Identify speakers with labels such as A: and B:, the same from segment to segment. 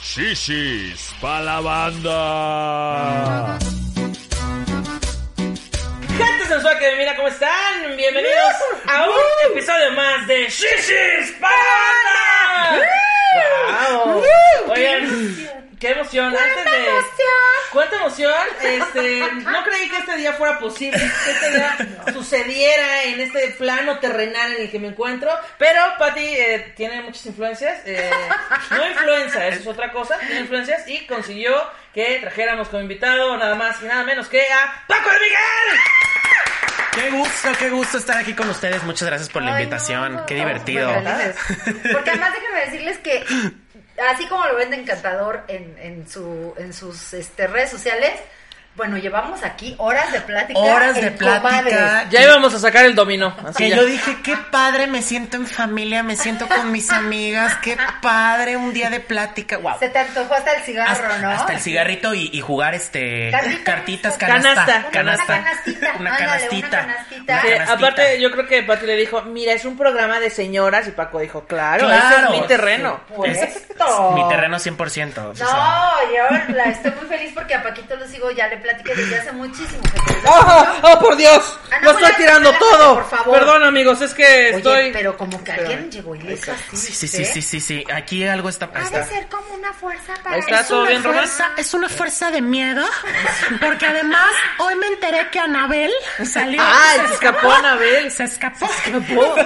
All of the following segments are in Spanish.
A: Shishis pa' la banda.
B: Gente sensual que me mira, ¿cómo están? Bienvenidos a un episodio más de Shishis Panda. ¡Wow! Oigan, qué emoción. Antes de... ¡Cuánta emoción! Este, no creí que este día fuera posible, que este día sucediera en este plano terrenal en el que me encuentro, pero Patty eh, tiene muchas influencias, eh, no influenza, eso es otra cosa, tiene influencias y consiguió que trajéramos como invitado nada más y nada menos que a Paco de Miguel.
C: Qué gusto, qué gusto estar aquí con ustedes. Muchas gracias por la
D: Ay,
C: invitación.
D: no.
C: Qué
D: Estamos
C: divertido.
D: muy felices. Porque además déjenme decirles que así como lo ven de encantador en, en su, en sus este, redes sociales, bueno, llevamos aquí horas de plática.
C: Horas de
D: en comadres.
C: plática.
B: Ya íbamos a sacar el dominó. así
C: Que
B: ya.
C: yo dije, qué padre, me siento en familia, me siento con mis amigas, qué padre, un día de plática. Wow.
D: Se te antojó hasta el cigarro,
C: Hasta,
D: ¿no?
C: hasta el cigarrito y, y jugar este
D: Cartitas.
C: cartitas,
B: Canasta.
C: canasta,
D: Una-
C: canasta,
D: una canastita.
C: una
D: Ándale,
C: canastita,
D: una canastita.
C: una
B: Que
C: canastita.
B: aparte, yo creo que Pati le dijo, mira, es un programa de señoras, y Paco dijo, claro, ese es
C: Claro.
B: mi terreno.
D: Supuesto.
C: mi terreno 100%. o sea,
D: No, yo la estoy muy feliz porque a Paquito lo sigo, ya le platiqué desde hace muchísimo. Que
B: ¡Oh, oh, por Dios!
D: Ah, no,
B: ¡Lo estoy
D: ya,
B: tirando
D: espérate,
B: todo!
D: por favor.
B: Perdón, amigos, es que estoy...
D: Oye, pero como que alguien llegó y le hizo así.
C: Sí, sí, sí,
D: ¿eh?
C: sí, sí, sí. Aquí algo está.
D: Ha
C: está.
D: de ser como una fuerza para...
B: Ahí está
D: Es
B: todo
D: una
B: bien, Román.
D: fuerza-
E: es una fuerza de miedo, porque además hoy me enteré que Anabel salió.
B: ¡Ay, se escapó Anabel!
E: Se escapó.
B: escapó.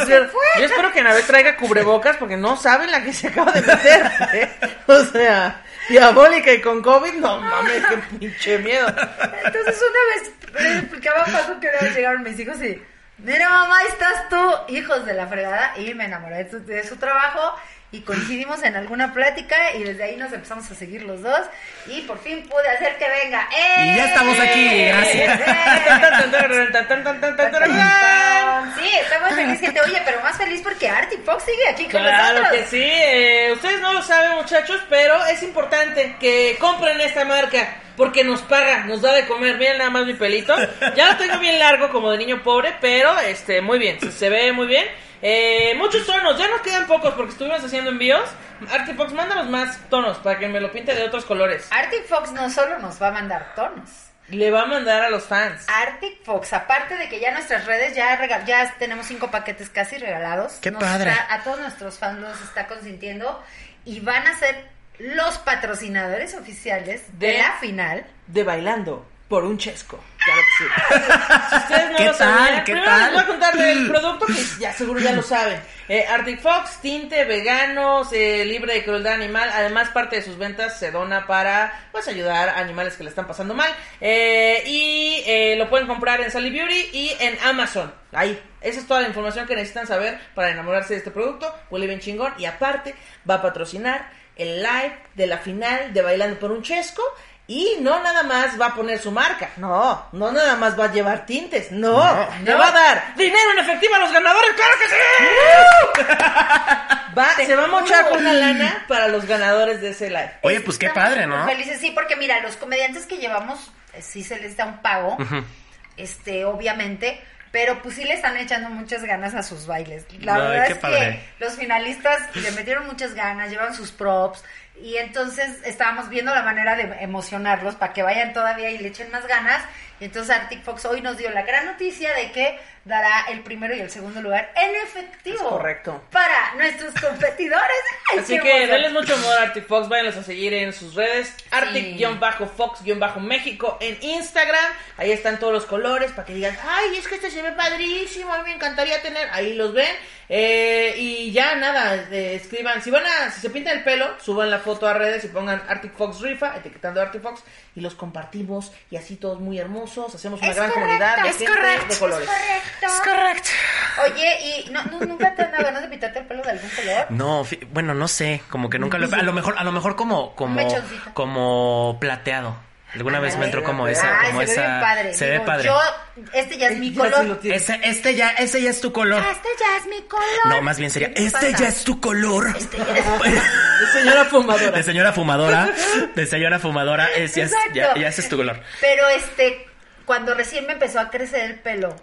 B: Es cierto. Yo espero que Anabel traiga cubrebocas porque no saben la que se acaba de meter. ¿eh? O sea, diabólica y con COVID, no mames, qué pinche miedo.
D: Entonces una vez le explicaba a Paco que una vez llegaron mis hijos y... Mira mamá, ahí estás tú, hijos de la fregada. Y me enamoré de su, de su trabajo y coincidimos en alguna plática y desde ahí nos empezamos a seguir los dos. Y por fin pude hacer que venga. ¡Eh!
C: Y ya estamos aquí, gracias.
D: ¡Eh!
B: Claro
D: Sí, estamos feliz gente. Oye, pero más feliz porque Artie Fox sigue aquí con nosotros.
B: que sí, eh, ustedes no lo saben muchachos, pero es importante que compren esta marca porque nos paga, nos da de comer, miren nada más mi pelito, ya lo tengo bien largo como de niño pobre, pero este muy bien, se, se ve muy bien. Eh, muchos tonos, ya nos quedan pocos porque estuvimos haciendo envíos. Artifox, mándanos más tonos para que me lo pinte de otros colores.
D: Arctic Fox no solo nos va a mandar tonos.
B: Le va a mandar a los fans.
D: Arctic Fox, aparte de que ya nuestras redes ya rega- ya tenemos cinco paquetes casi regalados.
C: ¡Qué
D: Nos
C: padre!
D: está- a todos nuestros fans los está consintiendo y van a ser los patrocinadores oficiales de,
B: De-
D: la final.
B: de bailando por un chesco. Claro que sí. Si ustedes no
C: ¿Qué
B: lo
C: tal?
B: sabían,
C: ¿Qué
B: primero
C: tal?
B: les voy a contar del producto que ya seguro ya lo saben. Eh, Arctic Fox, tinte vegano, eh, libre de crueldad animal. Además, parte de sus ventas se dona para pues ayudar a animales que le están pasando mal. Eh, y eh, lo pueden comprar en Sally Beauty y en Amazon. Ahí. Esa es toda la información que necesitan saber para enamorarse de este producto. Huele bien chingón. Y aparte, va a patrocinar el live de la final de Bailando por un Chesco. Y no nada más va a poner su marca, no, no nada más va a llevar tintes, no, le va a dar dinero en efectivo a los ganadores, claro que sí. Va- se va a mochar con una lana para los ganadores de ese live.
C: Oye, pues qué
D: Estamos
C: padre, ¿no?
D: súper Felices, sí, porque mira, los comediantes que llevamos, eh, sí se les da un pago, este, obviamente, pero pues sí le están echando muchas ganas a sus bailes. La
C: Ay,
D: verdad
C: qué
D: es
C: padre.
D: que los finalistas le metieron muchas ganas, llevan sus props, y entonces estábamos viendo la manera de emocionarlos para que vayan todavía y le echen más ganas. Y entonces Arctic Fox hoy nos dio la gran noticia de que dará el primero y el segundo lugar en efectivo.
B: Es correcto.
D: Para nuestros competidores. Ay,
B: Así
D: qué
B: que
D: emoción.
B: denles mucho amor a Artifox, váyanlos a seguir en sus redes. Arctic-Fox-México en Instagram. Ahí están todos los colores para que digan, ay, es que este se ve padrísimo, a mí me encantaría tener. Ahí los ven. Eh, y ya nada, eh, escriban, si van a, si se pintan el pelo, suban la foto a redes y pongan Arctic Fox Rifa, etiquetando Arctic Fox, y los compartimos, y así todos muy hermosos, hacemos una
D: Es
B: gran
D: correcto,
B: comunidad de
D: es
B: gente
E: correcto,
B: de colores.
E: Es
D: Correcto.
E: correcto.
D: Oye, ¿y no, nu- nunca te han dado ganas de pintarte el pelo de algún color?
C: No, fi- bueno, no sé, como que nunca lo a lo mejor a lo mejor como como
D: mechoncito.
C: como plateado. Alguna vez me entró como esa,
D: Ay,
C: como
D: se
C: esa
D: ve bien padre.
C: se
D: Digo,
C: ve padre.
D: Yo, este ya es mi color.
C: Ese, este ya, ese ya es tu color.
D: Este ya es mi color.
C: No, más bien sería,
D: ¿Qué te
C: este
D: pasa?
C: ya es tu color.
D: Este ya es
B: Señora fumadora.
C: De señora fumadora, de señora fumadora, es, ya, es-
D: Exacto.
C: ya- ya ese es tu color.
D: Pero este, cuando recién me empezó a crecer el pelo,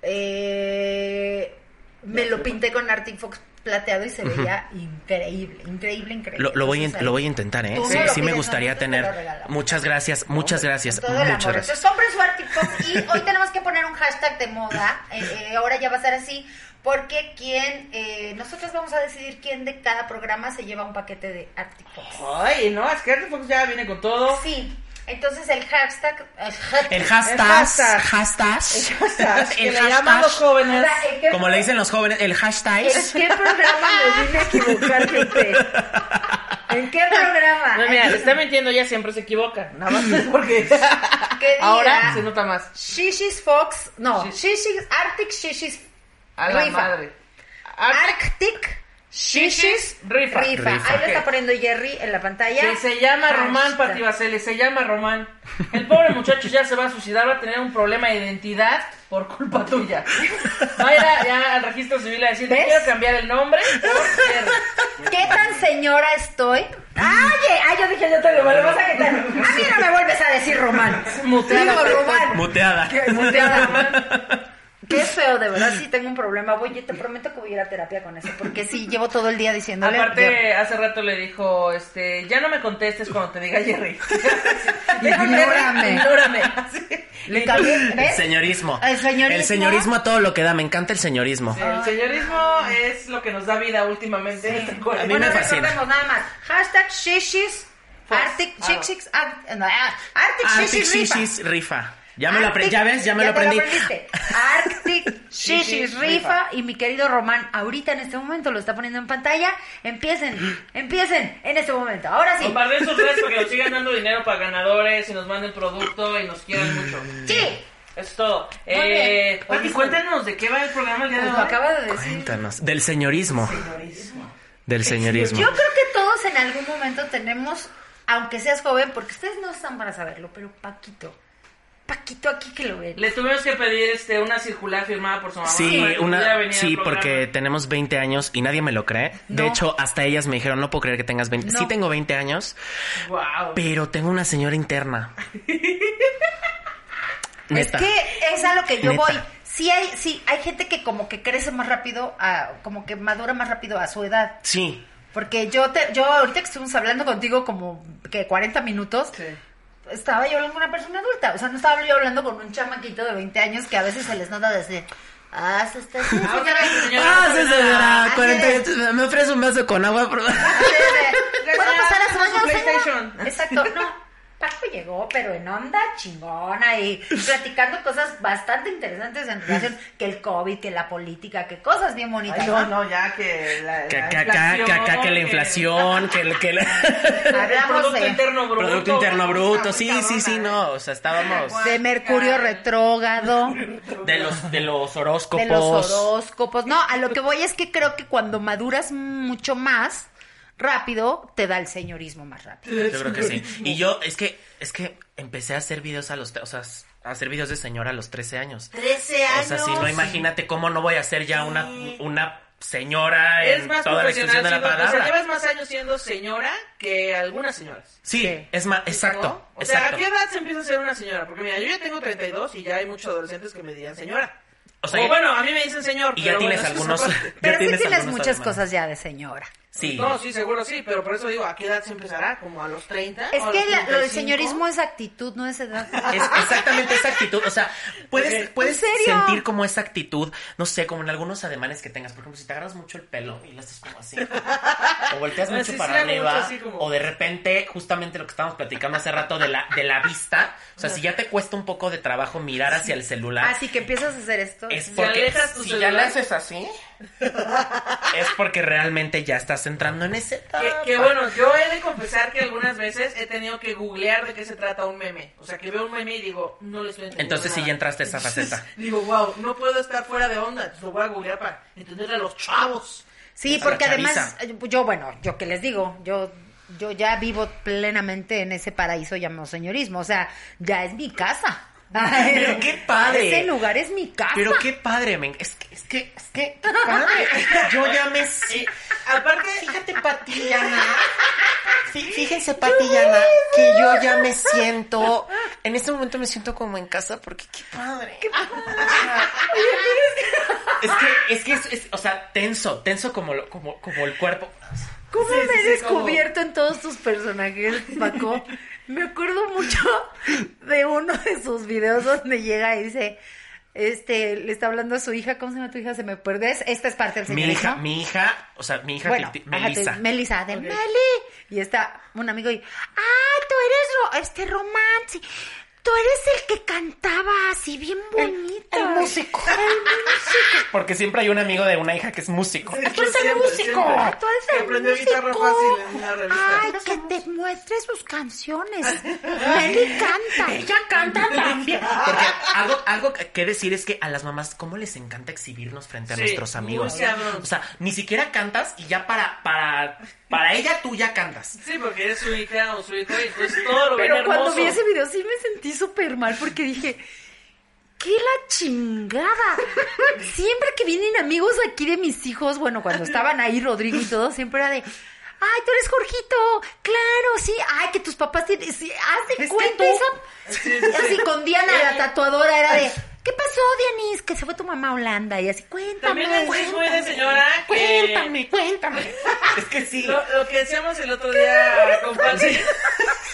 D: eh, me lo pinté con Arctic Fox plateado y se veía increíble, increíble, increíble.
C: Lo, lo voy, a
D: Entonces,
C: in- lo voy a intentar, ¿eh?
D: Tú
C: Sí,
D: me lo
C: sí
D: pides,
C: me
D: no,
C: gustaría
D: tú te
C: tener.
D: lo regalamos.
C: Muchas gracias, muchas gracias,
D: Todo el
C: muchas
D: amor.
C: gracias.
D: Entonces, compren su Arctic Fox y hoy tenemos que poner un hashtag de moda. Eh, eh, ahora ya va a ser así. Porque quién, eh, nosotros vamos a decidir quién de cada programa se lleva un paquete de Arctic Fox.
B: Ay, no, es que Arctic Fox ya viene con todo.
D: Sí, entonces el hashtag...
C: El
B: El
C: hashtag,
B: hashtag.
C: hashtag,
B: Hashtag, que
C: el
B: le llaman los
C: hashtag,
D: O
B: jóvenes.
D: sea, ¿en qué
C: como le dicen los jóvenes, el hashtag.
D: ¿En qué programa me vine a equivocar, gente? ¿En qué programa?
B: No, mira, le está mintiendo, ya siempre se equivoca. Nada más es porque
D: ¿Qué
B: ahora
D: diga?
B: se nota más.
D: Shishis Fox. No,
B: Shish-
D: Shishis. Arctic Shishis.
B: A la
D: Rifa. Ah,
B: madre. Arctic
D: Arctic
B: Shishis
D: Shishis
B: Rifa.
D: Rifa.
C: Rifa.
D: Ahí lo está poniendo Jerry en la pantalla.
B: Que se llama
D: Hashtag.
B: Román Patibaceli, se llama Román. El pobre muchacho ya se va a suicidar, va a tener un problema de identidad por culpa tuya. Va a ir a- ya al registro civil a decir,
D: ¿Ves?
B: quiero cambiar el nombre por Jerry".
D: ¿Qué tan señora estoy? ¡Ay! ay, yo dije, yo te lo vuelvo a quitar. A mí no me vuelves a decir Román.
B: Muteada.
D: Digo, Román.
C: Muteada.
D: Qué- muteada. Qué feo, de verdad, sí tengo un problema. Voy, yo te prometo que voy a ir a terapia con eso, porque sí, llevo todo el día diciéndole...
B: Aparte, hace rato le dijo, este, ya no me contestes cuando te diga Jerry.
D: Ignórame.
B: Ignórame. Así.
D: Le cambié, ¿ves?
C: Señorismo.
D: El señorismo.
C: El señorismo a todo lo que da, me encanta el señorismo.
B: El señorismo es lo que nos da vida últimamente. este
C: A mí
D: bueno,
C: me fascina.
D: recordemos nada más. Hashtag shishis, Arctic
B: Ah.
D: shishis, Ar- no, ah, Arctic
C: Arctic
D: shishis rifa.
C: Shishis rifa. Ya me lo aprendí,
D: Arctic-
C: ya ves, ya me lo
D: te
C: aprendí.
D: aprendiste. Arctic Shishis Rifa y mi querido Román ahorita en este momento lo está poniendo en pantalla. Empiecen, empiecen en este momento. Ahora sí.
B: Comparten sus redes para que nos sigan dando dinero para ganadores y nos manden producto y nos quieran mucho.
D: Sí.
B: Eso es todo.
D: Muy
B: Eh,
D: bien.
B: oye, cuéntanos de qué va el programa el día de
D: Pues
B: hoy.
D: lo acaba de decir.
C: Cuéntanos. Del señorismo. Del señorismo.
D: Yo creo que todos en algún momento tenemos, aunque seas joven, porque ustedes no están para saberlo, pero Paquito, Paquito aquí que lo ve.
B: Le tuvimos que pedir este una circular firmada por su mamá.
C: Sí,
B: para que pudiera
C: una,
B: venir
C: sí,
B: al programa.
C: porque tenemos 20 años y nadie me lo cree. De
D: No.
C: hecho, hasta ellas me dijeron, no puedo creer que tengas 20.
D: No.
C: Sí tengo 20 años,
B: Wow.
C: pero tengo una señora interna. Neta.
D: Es que es a lo que yo
C: Neta.
D: voy. Sí hay, sí, hay gente que como que crece más rápido, a, como que madura más rápido a su edad.
C: Sí.
D: Porque yo te, yo ahorita que estuvimos hablando contigo como que 40 minutos, estaba yo hablando con una persona adulta. O sea, no estaba yo hablando con un chamaquito de 20 años que a veces se les nota desde... Ah, se está... se está-
B: Ah, caray, señora, Ah,
C: Ah,
B: no
C: sí,
B: sabe nada.
C: señora,
D: Así es.
C: 48. Me ofrece un vaso con agua. por favor?
D: Desde- ¿Puedo pasar a su
B: Gracias,
D: baño, señor?
B: PlayStation.
D: Exacto, no. Paco llegó, pero en onda chingona y platicando cosas bastante interesantes en relación que el COVID, que la política, que cosas bien bonitas.
B: Ay, no, no, ya que la,
C: Que
B: la
C: acá, acá, que acá, que la inflación, que el... Que la-
B: El
D: Hablamos
B: Producto
D: de,
B: interno bruto.
C: Producto Interno Bruto. Sí,
B: Cabrona,
C: sí, sí,
B: eh.
C: no. O sea, estábamos
D: de Mercurio retrógrado,
C: de los, de los horóscopos.
D: de los horóscopos. No, a lo que voy es que creo que cuando maduras mucho más rápido, te da el señorismo más rápido.
C: Yo creo que sí. Y yo, es que, es que empecé a hacer videos a los, tre- o sea, a hacer videos de señora a los 13 años.
D: 13
C: O sea, si no, imagínate cómo no voy a ser ya una, una señora
B: Es
C: en
B: más
C: toda la
B: profesional.
C: extensión de la
B: siendo- o sea,
C: palabra.
B: llevas más años siendo señora que algunas señoras.
C: Sí,
D: Sí.
C: es más,
B: ¿no?
C: exacto,
B: O sea,
C: exacto.
B: ¿a qué edad se empieza a ser una señora? Porque mira, yo ya tengo 32 y ya hay muchos adolescentes que me digan señora.
C: O
B: O
C: sea, ya-
B: bueno, a mí me dicen señor.
C: Y ya
B: pero
C: tienes
B: bueno, eso es
C: algunos.
B: otra parte.
C: ya
D: Pero sí tienes
C: algunos
D: muchas
C: además.
D: cosas ya de señora.
C: Sí.
B: No, sí, seguro sí, pero por eso digo, ¿a qué edad se empezará? ¿Como a los 30?
D: Es
B: ¿O a
D: que
B: los
D: la- lo del
B: 35?
D: señorismo es actitud, no es edad.
C: Es exactamente esa actitud, o sea, puedes, puedes
D: ¿En serio?
C: sentir como esa actitud, no sé, como en algunos ademanes que tengas, por ejemplo, si te agarras mucho el pelo y lo haces como así, o volteas
B: Ah,
C: mucho
B: sí, sí,
C: para
B: hago mucho
C: arriba,
B: así como-
C: o de repente, justamente lo que estábamos platicando hace rato de la, de la vista, o sea, si ya te cuesta un poco de trabajo mirar hacia el celular,
D: Así que empiezas a hacer esto.
C: es
B: Si
C: porque
B: alejas tu
C: si ya
B: celular.
C: la haces así, es porque realmente ya estás entrando en ese
B: Que, que bueno, yo he de confesar que algunas veces he tenido que googlear de qué se trata un meme. O sea, que veo un meme y digo, no le estoy entendiendo.
C: Entonces, sí,
B: nada.
C: ya entraste a esa
B: Entonces,
C: faceta.
B: Digo, wow, no puedo estar fuera de onda. Entonces, lo voy a googlear para entenderle a los chavos.
D: Sí,
C: Esa
D: porque
C: es la
D: además, eh, yo, bueno, yo que les digo, yo yo ya vivo plenamente en ese paraíso llamado señorismo, o sea, ya es mi casa.
C: Pero qué padre.
D: Ese lugar es mi casa.
C: Pero qué padre, men. Es que, es que, es que, qué padre. Yo ya me. sí.
B: Aparte,
C: Fíjate, Patillana. Fíjense, Patillana, que yo ya me siento. En este momento me siento como en casa porque qué padre. es que, es que, es, es- o sea, tenso, tenso como, lo- como, como el cuerpo.
D: ¿Cómo
B: Sí,
D: me
B: sí,
D: he
B: sí,
D: descubierto en todos tus personajes, Paco? Me acuerdo mucho de uno de sus videos donde llega y dice, este, le está hablando a su hija, ¿cómo se llama tu hija? Se me perdió. Es- Esta es parte del
C: Mi
D: señor.
C: hija, mi hija, o sea, mi hija,
D: bueno,
C: ficti-
D: ajá, te-
C: Melissa.
D: Melissa, de Meli. Y está un amigo y, ay, tú eres ro- este romance. Tú eres el que cantaba así bien bonito. El, músico.
C: Porque siempre hay un amigo de una hija que es músico.
D: Tú eres el músico.
B: siempre.
D: Tú eres
B: Que
D: el
B: aprendió
D: músico.
B: guitarra fácil en una revista.
D: Ay, que te muestre sus canciones. Meli canta.
E: Ella canta también.
C: Porque algo, algo que decir es que a las mamás, ¿cómo les encanta exhibirnos frente a
B: Sí,
C: nuestros
B: muy
C: amigos?
B: cabrón.
C: O sea, ni siquiera cantas y ya para, para, para ella tú ya cantas.
B: sí, porque eres su hija o su hijo y pues todo lo ven
D: Pero
B: hermoso.
D: cuando vi ese video sí me sentí súper mal porque dije, ¡qué la chingada! Siempre que vienen amigos aquí de mis hijos, bueno, cuando estaban ahí Rodrigo y todo, siempre era de... ¡Ay, tú eres Jorgito! ¡Claro, sí! ¡Ay, que tus papás tienen... Sí, ¡Haz de
C: Es que
D: cuenta
C: tú-
D: esa...
B: Sí, sí, Eh. sí.
D: Así con Diana, la tatuadora, era de... ¿Qué pasó, Dianis? Que se fue tu mamá a Holanda y así, cuéntame.
B: También es muy de señora que...
E: Cuéntame, cuéntame.
C: Es que sí.
B: Eh, Lo, lo que decíamos el otro día con Patsy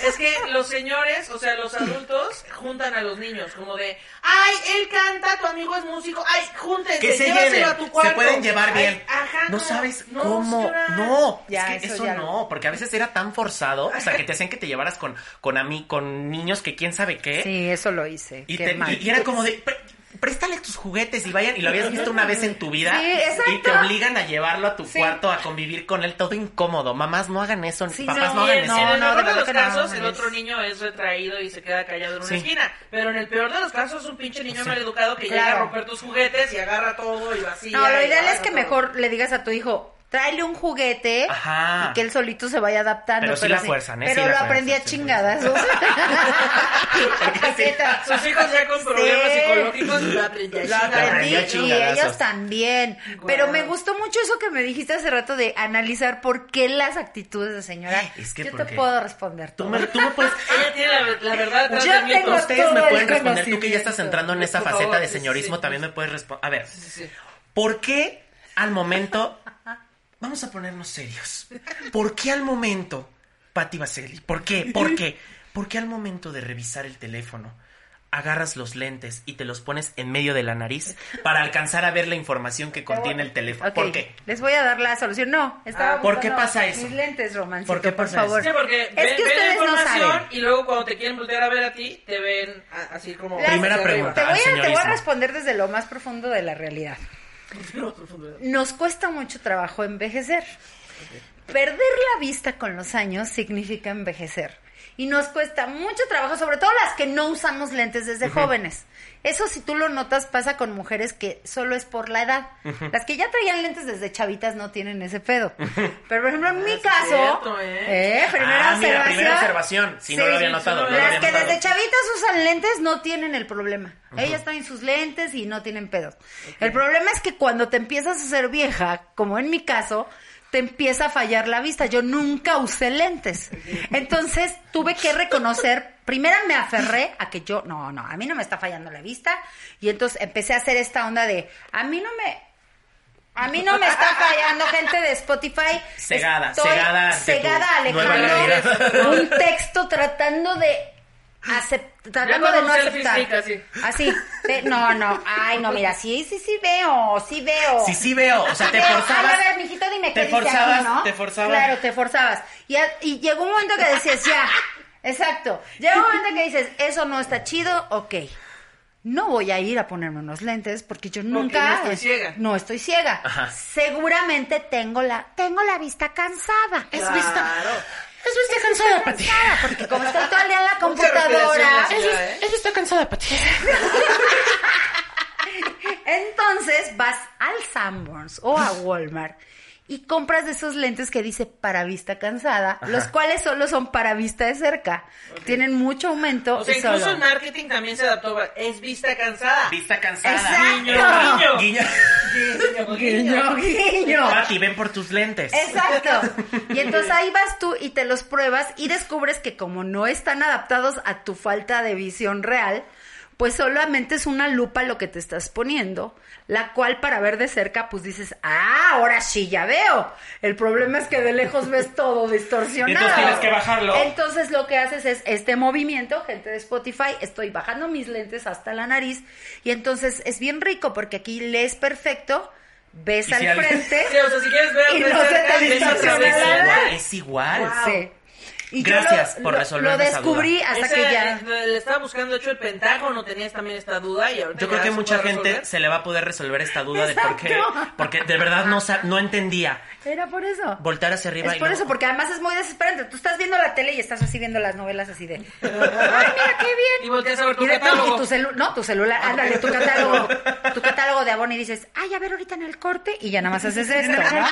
B: es que los señores, o sea, los adultos, juntan a los niños, como de, ay, él canta, tu amigo es músico, ay, júntense,
C: Que se
B: llévaselo
C: lleven,
B: a tu cuarto.
C: se pueden llevar
B: Ay,
C: bien.
B: ajá,
C: no sabes
B: no,
C: cómo,
B: señora.
C: no,
D: Ya,
C: es que
D: eso
C: eso,
D: ya
C: no, porque a veces era tan forzado, o sea, que te hacían que te llevaras con, con a mí, con niños que quién sabe qué.
D: Sí, eso lo hice.
C: Y,
D: Qué
C: te-
D: mal.
C: y- y era como de, "Pré- préstale tus juguetes y vayan, y lo habías visto una vez en tu vida.
D: Sí, exacto.
C: Y te obligan a llevarlo a tu
D: Sí.
C: cuarto, a convivir con él, todo incómodo. Mamás, no hagan eso,
D: Sí,
C: papás, no,
D: no,
C: hagan
B: en,
C: eso.
B: en
D: no,
B: el
D: no, de
B: mejor de
D: verdad
B: los
D: que no,
B: casos, el
D: es-
B: otro niño es retraído y se queda callado en una
C: Sí.
B: esquina. Pero en el peor de los casos, un pinche niño maleducado que llega a
D: Claro.
B: romper tus juguetes y agarra todo y vacía.
D: No, lo
B: y
D: ideal es
B: agarra
D: que
B: todo.
D: mejor le digas a tu hijo, tráele un juguete
C: Ajá.
D: y que él solito se vaya adaptando.
C: Pero sí la fuerzan, ¿eh? Sí
D: Pero
C: la
D: lo aprendí a
C: fuerzan, sí.
D: chingadas. o sea. Neta.
B: Sus hijos ya con problemas
D: Sí.
B: psicológicos lo aprendí.
D: Lo aprendí
C: aprendí a
D: y
C: chingadazos.
D: ellos también. Pero me gustó mucho eso que me dijiste hace rato de analizar por qué las actitudes de señora.
C: Es que
D: Yo te
C: porque-
D: puedo responder
C: Tú
D: todo.
C: me, tú me puedes...
B: Ella tiene la, la verdad atrás
D: Ah. Yo
B: del mito.
D: tengo
C: Ustedes me
D: todo el
C: pueden responder, tú que ya
D: conocimiento.
C: estás entrando en esa
B: Por
C: faceta
B: favor,
C: de
B: sí,
C: señorismo,
B: sí.
C: también me puedes responder. A ver,
B: Sí, sí.
C: ¿por qué al momento... Vamos a ponernos serios. ¿Por qué al momento, Patti Vaseli? ¿Por qué? ¿Por qué? ¿Por qué al momento de revisar el teléfono agarras los lentes y te los pones en medio de la nariz para alcanzar a ver la información que contiene el teléfono?
D: Ok,
C: ¿Por qué? Ah.
D: Les voy a dar la solución. No, estaba
C: ¿por qué
D: buscando
C: pasa eso?
D: Mis lentes, romancito,
C: ¿Por qué
D: por
C: pasa eso?
D: favor.
B: Sí, porque
D: es
B: ven, ven la
D: que ustedes no
B: información
D: saben.
B: y luego cuando te quieren voltear a ver a ti, te ven a- así como...
D: Las-
C: Primera
B: hacia arriba.
C: pregunta.
D: Te voy, a, te voy a
C: señorismo.
D: responder desde lo más profundo de la realidad. Nos cuesta mucho trabajo envejecer. Perder la vista con los años significa envejecer. Y nos cuesta mucho trabajo, sobre todo las que no usamos lentes desde jóvenes. Eso si tú lo notas pasa con mujeres que solo es por la edad. Las que ya traían lentes desde chavitas no tienen ese pedo. Pero por ejemplo en mi
B: Ah, sí es
D: caso,
B: cierto, ¿eh?
D: ¿eh? primera
C: Ah, mira,
D: observación.
C: primera observación. Si no lo había
D: Sí,
C: notado. no lo
D: las
C: había
D: que
C: notado.
D: desde chavitas usan lentes no tienen el problema. Ellas traen sus lentes y no tienen pedos. El problema es que cuando te empiezas a ser vieja, como en mi caso, te empieza a fallar la vista. Yo nunca usé lentes. Entonces tuve que reconocer, primero me aferré a que yo, no, no, a mí no me está fallando la vista. Y entonces empecé a hacer esta onda de, a mí no me, A mí no me está fallando gente de Spotify.
C: Cegada,
D: Estoy
C: cegada ante
D: Cegada,
C: tu nueva
D: Alejandro. Un texto tratando de acep- Tratando
B: Ya
D: de
B: con
D: no
B: un selfie
D: aceptar.
B: stick, así.
D: Así. de- no, no. Ay, no, mira, sí, sí, sí veo, sí veo. Ah,
C: Sí, sí veo. O sea, te forzabas.
D: Ay, a ver, mijito, dime
C: te
D: qué dice aquí,
C: forzabas,
D: ¿no?
C: te forzabas.
D: Claro, te forzabas. Y, a- y llegó un momento que decías, ya, exacto. Llega un momento que dices, eso no está chido, ok. No voy a ir a ponerme unos lentes porque yo nunca
B: no estoy ciega.
D: no estoy ciega.
C: Ajá.
D: Seguramente tengo la tengo la vista cansada.
E: Es vista. Es vista cansada, Pati.
D: Cansada, porque como estoy todo el día en la
B: Mucha respiración
D: computadora,
B: la
E: Es
B: señora,
E: vis-
B: ¿eh?
E: es vista cansada, Pati.
D: Entonces vas al Sanborns o a Walmart y compras de esos lentes que dice para vista cansada, los cuales solo son para vista de cerca. Tienen mucho aumento.
B: O sea,
D: y
B: incluso
D: solo-
B: el marketing también se adaptó. va- Es vista cansada.
C: Vista cansada.
D: Exacto.
C: Guiño. Guiño.
D: Guiño, guiño.
C: Pati, ven por tus lentes.
D: Exacto. Y entonces ahí vas tú y te los pruebas y descubres que como no están adaptados a tu falta de visión real, pues solamente es una lupa lo que te estás poniendo, la cual para ver de cerca pues dices, ah, ahora sí ya veo. El problema es que de lejos ves todo distorsionado.
C: Entonces tienes que bajarlo.
D: Entonces lo que haces es este movimiento, gente de Spotify, estoy bajando mis lentes hasta la nariz y entonces es bien rico porque aquí lees perfecto, ves
C: Y
D: al
C: si alguien-
D: frente.
B: Sí, o sea, si quieres ver
D: Y
B: de
D: no se
B: cerca,
D: te
B: ves
C: Es
B: otra
D: distorsiona
B: vez.
D: la-
C: igual. Es igual.
D: Sí. Y yo
C: Gracias por
D: Lo
C: resolverme esa
D: descubrí
C: duda.
D: hasta
B: Esa,
D: que ya.
B: eh, Le estaba buscando, de hecho, el Pentágono. Tenías también esta duda. Y ahorita
C: Yo creo
B: ya
C: que
B: se
C: mucha
B: puede
C: gente
B: resolver.
C: se le va a poder resolver esta duda de por qué.
D: Exacto.
C: Porque de verdad no, sa- no entendía.
D: Era por eso.
C: Voltar hacia arriba
D: Es
C: y
D: por
C: luego-
D: eso, porque además es muy desesperante. Tú estás viendo la tele y estás así viendo las novelas así de. ¡Ay, mira qué bien!
B: Y volteas a ver tu
D: Y de pronto
B: catálogo.
D: tu celu- no, tu celular,
C: Ah,
D: ándale, tu catálogo, tu catálogo de abono y dices, ay, a ver, ahorita en el corte, y ya nada más haces esto, ¿no?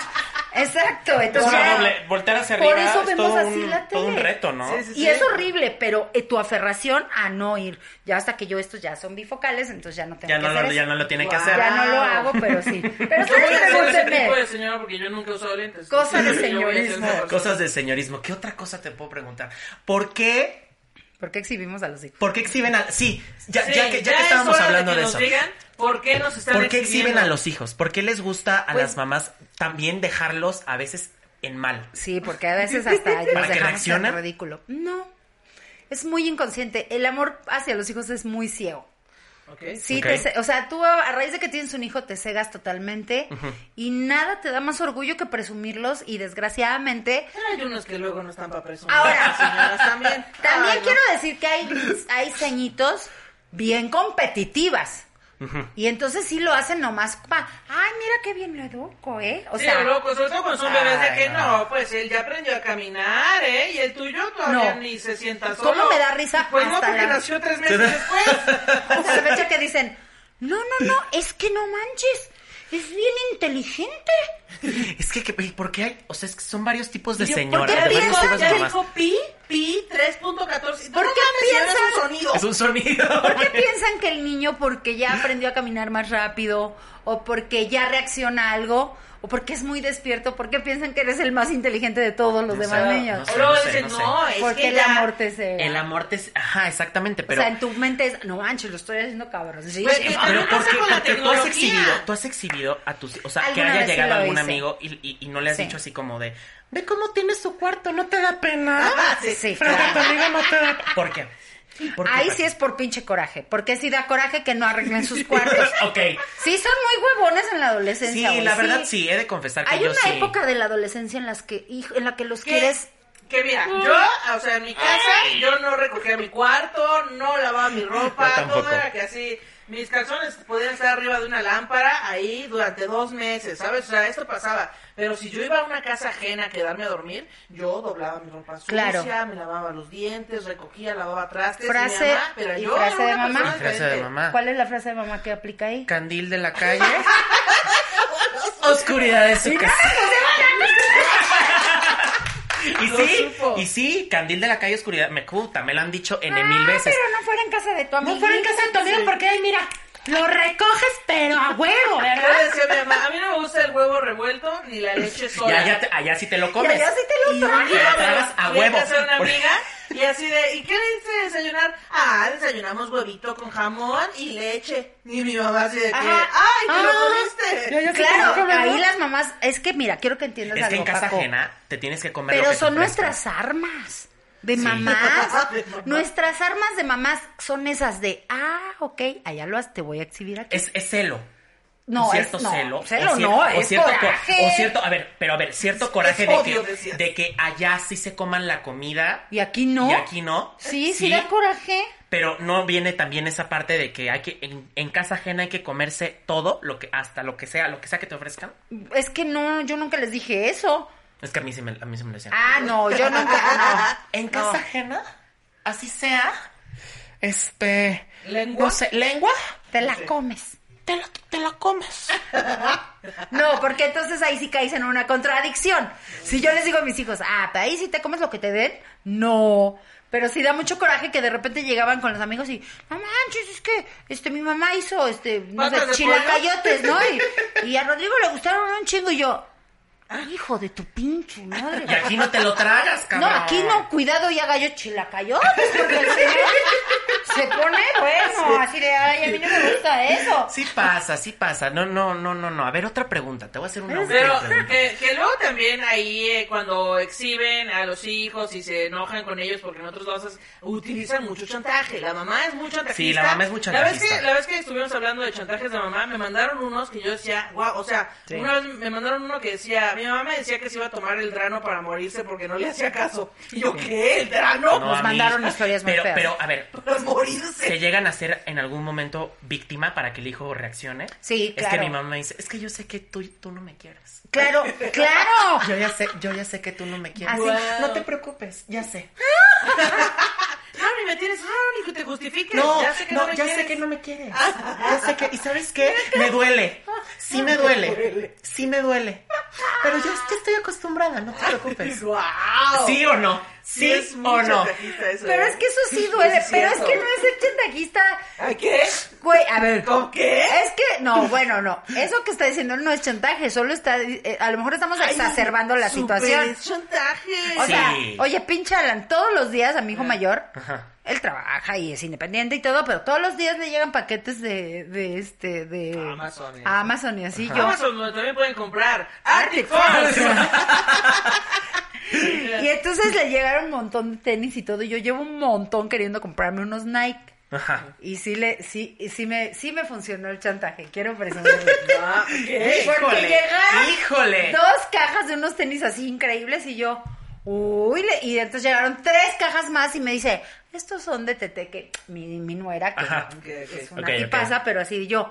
D: Exacto,
C: Es
D: entonces
C: una
D: ya-
C: doble- voltear hacia
D: por
C: arriba
D: eso
C: es
D: vemos
C: todo
D: así
C: un-
D: la tele.
C: todo un reto, ¿no?
B: Sí, sí,
D: Y es horrible, pero eh, tu aferración a no ir, ya hasta que yo estos ya son bifocales, entonces ya no tengo
C: Ya
D: que
C: no,
D: hacer
C: lo, ya
D: eso.
C: no lo tiene que
B: Wow.
C: hacer.
D: Ya no lo hago, pero sí. Pero
B: Yo voy a
D: ustedes
B: ser ese
D: pregúntenme.
B: tipo de señora porque yo nunca he usado lentes.
D: Cosa de
B: Yo voy a ser
D: señorismo.
B: esa persona.
C: Cosas de señorismo. ¿Qué otra cosa te puedo preguntar? ¿Por qué?
D: ¿Por qué exhibimos a los hijos?
C: ¿Por qué exhiben a.? Sí, ya,
B: Sí,
C: ya que, ya que
B: es
C: estábamos
B: hora
C: hablando
B: que
C: de
B: nos
C: eso.
B: digan ¿Por qué nos están
C: ¿Por qué exhiben
B: exhibiendo?
C: a los hijos? ¿Por qué les gusta a
D: Pues-
C: las mamás también dejarlos a veces en mal?
D: Sí, porque a veces hasta ellos
C: ¿Para que
D: dejamos en
C: reaccionen?
D: ridículo. No. Es muy inconsciente. El amor hacia los hijos es muy ciego.
B: Ok.
D: Sí,
C: Ok.
D: te ce- o sea, tú a a raíz de que tienes un hijo te cegas totalmente y nada te da más orgullo que presumirlos y desgraciadamente
B: Pero Hay unos que luego no están para presumir.
D: Ahora.
B: Las señoras también.
D: También
B: Ay, no.
D: quiero decir que hay, hay ceñitos bien competitivas. Y entonces sí lo hacen nomás pa, ay, mira qué bien lo educo, ¿eh? O
B: sí,
D: sea,
B: loco, sobre todo cuando son bebés de
C: Ay,
B: que
C: no.
B: no. pues él ya aprendió a caminar, ¿eh? Y el tuyo todavía
D: No.
B: ni se sienta
D: ¿Cómo
B: solo.
D: me da risa?
B: Pues no,
D: Hasta
B: porque
D: la-
B: nació tres meses después.
D: hasta la fecha que dicen, no, no, no, es que no manches, es bien inteligente.
C: Es que, que- ¿por qué hay? O sea, es que son varios tipos de
B: Yo,
C: señoras.
D: qué
C: de varios
D: piensas?
C: tipos de
B: Ya
C: mamás.
B: dijo pi, pi 3.14.
D: ¿Por
B: no mames,
D: qué
B: señora, es
D: piensan?
B: un sonido.
C: Es un sonido.
D: ¿Por qué piensan que el niño porque ya aprendió a caminar más rápido o porque ya reacciona a algo o porque es muy despierto? ¿Por qué piensan que eres el más inteligente de todos los
C: No
D: demás
C: sé,
D: niños?
C: no sé.
B: O luego
C: no sé,
B: dicen,
C: no
B: no,
C: sé.
B: es
D: porque
B: que
D: el
B: ya-
D: amor te cega.
C: El amor te... Ajá, exactamente, pero...
D: o sea, en tu mente es, no manches, lo estoy haciendo cabrón. Sí,
B: Pues,
D: sí,
B: eh,
D: pero-
C: Pero
B: También
C: ¿por
B: pasa
C: qué?
B: con la
C: Porque tú has
B: tecnología.
C: exhibido, tú has exhibido a tus, o sea, que
D: Alguna
C: haya
D: vez sí
C: llegado
D: lo
C: algún
D: hice.
C: amigo y, y- y no le has
D: Sí.
C: dicho así como de,
E: Ve cómo tienes su cuarto, ¿no te da pena?
D: sí, Ah, sí,
E: Frente
D: claro.
E: a tu amigo no te da
C: ¿por qué? ¿Por qué
D: Ahí
C: pasa?
D: sí es por pinche coraje, porque sí da coraje que no arreglen sus cuartos.
C: ok.
D: Sí, son muy huevones en la
C: Sí,
D: adolescencia. güey,
C: la verdad sí, he de confesar que
D: Hay
C: yo
D: una
C: sí.
D: época de la adolescencia en las que, hijo, en la que los
B: ¿Qué?
D: quieres
B: Que mira, yo, o sea, en mi casa, yo no recogía mi cuarto, no lavaba mi ropa,
C: Yo tampoco.
B: todo era que así. Mis calzones podían estar arriba de una lámpara ahí durante dos meses, ¿sabes? O sea, esto pasaba. Pero si yo iba a una casa ajena a quedarme a dormir, yo doblaba mi ropa sucia,
D: Claro.
B: me lavaba los dientes, recogía, lavaba trastes. y
D: Frase-
B: mi mamá, pero
D: y
B: yo
D: frase
B: era
D: de
B: una
D: mamá.
B: persona
C: Y frase de
B: diferente.
C: mamá.
D: ¿Cuál es la frase de mamá que aplica ahí?
C: Candil de la calle. Oscuridad de su casa. Y
B: Lo
C: sí,
B: supo.
C: y sí, candil de la calle, oscuridad. Me puta, me lo han dicho N mil veces.
D: Ah, Pero no fuera en casa de tu amigo.
E: No fuera en casa de tu amigo porque, ay, mira, lo recoges, pero a huevo,
B: Yo le
E: ¿verdad?
B: decía a mi mamá, a mí no me gusta el huevo revuelto ni la leche sola.
C: Ya, ya te- allá sí te lo
D: Y
C: comes.
D: allá sí te lo
C: Te
D: traes.
C: lo tragas a
B: Fui
C: huevo.
B: casa de una
C: Porque-
B: amiga y así de, ¿y qué le dices desayunar? Ah, desayunamos huevito con jamón y leche. Y mi mamá así de que,
D: Ajá.
B: ¡ay, te lo
E: Ah, ya,
B: comiste!
E: ya.
D: Claro,
E: ¿Cómo no?
D: ahí las mamás, es que mira, quiero que entiendas
C: Es que
D: algo,
C: en casa
D: Paco.
C: ajena te tienes que comer lo
D: Pero
C: que te
D: son
C: ofrezcan.
D: nuestras armas de
C: Sí.
D: mamás. nuestras armas de mamás son esas de, ah, ok, allá lo has, te voy a exhibir aquí.
C: Es, es celo.
D: no,
C: cierto
D: es no, pues,
C: celo.
D: celo
C: o cier-
D: no,
C: o
D: es
C: cierto, co-
D: coraje.
C: O cierto, a ver, pero a ver, cierto coraje de
B: odio,
C: que,
B: decías.
C: de que allá sí se coman la comida
D: Y aquí no.
C: y aquí no.
D: Sí, sí, da coraje.
C: Pero no viene también esa parte de que hay que en, en casa ajena hay que comerse todo lo que hasta lo que sea, lo que sea que te ofrezcan.
D: Es que no, yo nunca les dije eso.
C: Es que a mí sí me, a mí sí me lo decían.
D: Ah, no, yo nunca.
C: en
D: casa
C: ajena, así sea. Este, lengua, lengua,
D: no, te la comes.
C: te la, te la comes.
D: No, porque entonces ahí sí caes en una contradicción. Si yo les digo a mis hijos, ah, pero ahí sí te comes lo que te den, no. Pero sí da mucho coraje que de repente llegaban con los amigos y, no manches, es que este, mi mamá hizo este, no sé,
B: ¿Patas de
D: chilacayotes, ¿no? Y, y a Rodrigo le gustaron un chingo y yo, "Ah, hijo de tu pinche madre.
C: Y aquí no te lo tragas,
D: No,
C: cabrón.
D: aquí no, cuidado y haga yo chilacayotes, porque el señor se pone bueno, así de, ay, a mí no me gusta eso.
C: Sí pasa, sí pasa. No, no, no, no, no. A ver, otra pregunta. Te voy a hacer una última
B: Pero
C: pregunta.
B: que, que luego también ahí eh, cuando exhiben a los hijos y se enojan con ellos porque en otros lados utilizan mucho chantaje. La mamá es muy chantajista.
C: Sí, la mamá es muy
B: La
C: chantajista.
B: vez que, la vez que estuvimos hablando de chantajes de mamá, me mandaron unos que yo decía, wow, o sea,
C: Sí.
B: una vez me mandaron uno que decía, mi mamá me decía que se iba a tomar el drano para morirse porque no le hacía caso. Y yo, ¿qué? ¿El drano? Pues,
C: No,
D: Nos
C: a
D: mandaron historias muy
C: pero,
D: feas.
C: Pero, a ver,
B: Para morirse.
C: ¿se llegan a ser en algún momento víctima para que el hijo reaccione?
D: Sí,
C: Es que
D: claro.
C: mi mamá me dice, es que yo sé que tú, tú no me quieres.
D: Claro, claro.
C: Yo ya sé, yo ya sé que tú no me quieres.
D: Así,
C: No te preocupes, ya sé.
B: No, ni me tienes, no, ni que te justifiques.
C: No,
B: ya sé que no, me
C: ya
B: quieres.
C: sé que no me quieres. Ya sé que, ¿y sabes qué? Me duele. Sí me duele. Sí me duele. Pero yo ya estoy acostumbrada, no te preocupes.
B: ¡Guau!
C: ¿Sí o no? ¿Sí
B: es muy
C: o no?
B: chantajista eso,
D: Pero
B: ¿eh?
D: es que eso sí duele,
B: Sí,
D: pero es
B: cierto.
D: que no es el chantajista,
B: ¿Ay, qué?
D: güey, a ver. eh,
B: ¿Con qué?
D: Es que, no, bueno, no, eso que está diciendo no es chantaje, solo está, eh, a lo mejor estamos exacerbando la
B: Súper
D: situación.
B: es chantaje.
D: O sea,
C: Sí.
D: oye, pinche Alan, todos los días a mi hijo mayor,
C: Ajá.
D: él trabaja y es independiente y todo, pero todos los días le llegan paquetes de, de este, de...
B: Amazon y-
D: a Amazon y así yo.
B: Amazon, donde también pueden comprar Arctic
D: Arctic
B: Fox.
D: Y entonces le llegaron un montón de tenis y todo, y yo llevo un montón queriendo comprarme unos Nike.
C: Ajá.
D: Y sí le, sí, y sí me, sí me funcionó el chantaje, quiero presumirlo.
B: Ah, ¿qué?
D: Porque llegaron
C: híjole.
D: dos cajas de unos tenis así increíbles y yo, uy, le- y entonces llegaron tres cajas más y me dice, estos son de Tete, que mi, mi nuera, que
C: Ajá.
D: no, que es una
C: Ok, ok.
D: tipaza, pero así yo,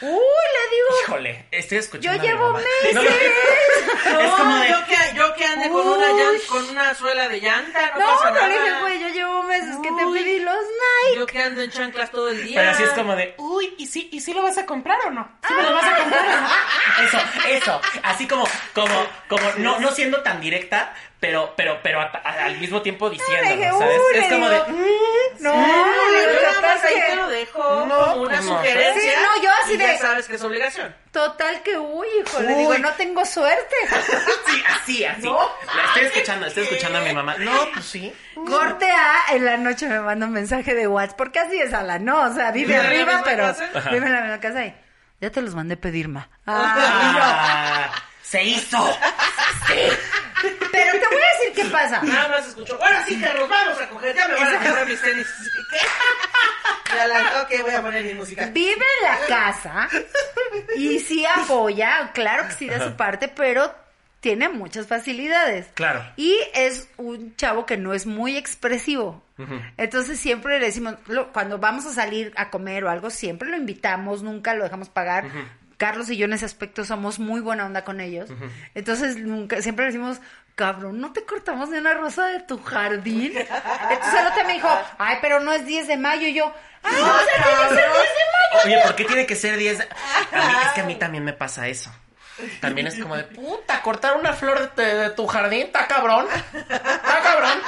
D: uy, le digo,
C: Híjole, estoy
D: yo
C: escuchando. a mi
D: llevo
C: mamá.
D: meses.
C: No, no. es como de,
B: yo que, yo que ande con una,
D: Uy.
B: llan- con una suela de llanta, no,
D: No,
B: pasa
D: no
B: nada.
D: le dije, güey, yo llevo meses que te
B: Uy.
D: pedí los Nike.
B: Yo que ando en chanclas todo el día.
C: pero así es como de,
E: Uy, ¿y sí, ¿y sí lo vas a comprar o no? ¿Sí me
C: ¿Te
E: lo vas a comprar o no?
D: Ah.
C: Eso, eso. Así como, como, como, no, no siendo tan directa, pero, pero, pero a- a- al mismo tiempo
D: Le dije,
C: diciéndolo, ¿sabes?
D: uy,
C: es
D: le
C: como
D: digo,
C: de,
D: "Mm, no,
B: No,
D: le digo,
B: yo nada más
D: "Capaz
B: ahí
D: que-
B: te lo dejo
C: No,
B: como una
C: como-
B: sugerencia.
D: Sí, no, yo así
B: y ya
D: de-
B: sabes que es obligación.
D: Total que, uy, hijo, le
C: Uy.
D: digo, no tengo suerte.
C: sí, así, así.
B: No,
C: La estoy escuchando, estoy escuchando a mi mamá. No, pues sí.
D: Corte A, en la noche me manda un mensaje de WhatsApp, porque así es Ala, ¿no? O sea, vive
B: ¿Vive en la
D: arriba,
B: misma
D: pero
B: casa?
D: vive en la misma casa y ya te los mandé pedir, ma.
C: Ah, se hizo.
D: Pero te voy a decir qué pasa.
B: Nada más escucho, ahora sí, Carlos, vamos a coger, ya me van a comprar mis tenis. Ya la, ok, voy a poner mi música.
D: Vive en la casa y sí apoya, claro que sí da su parte, pero tiene muchas facilidades.
C: Claro.
D: Y es un chavo que no es muy expresivo. Entonces siempre le decimos, lo- cuando vamos a salir a comer o algo, siempre lo invitamos, nunca lo dejamos pagar. Carlos y yo en ese aspecto somos muy buena onda con ellos. Entonces nunca, siempre le decimos, cabrón, no te cortamos ni una rosa de tu jardín. Entonces el otro me dijo, ay, pero no es 10 de mayo. Y yo, "Ah, ay, no, o sea, tiene que ser 10 de mayo.
C: Oye, ¿por qué tiene que ser 10? A mí- Es que a mí también me pasa eso. También es como de puta, cortar una flor de, de tu jardín, está cabrón. Está cabrón.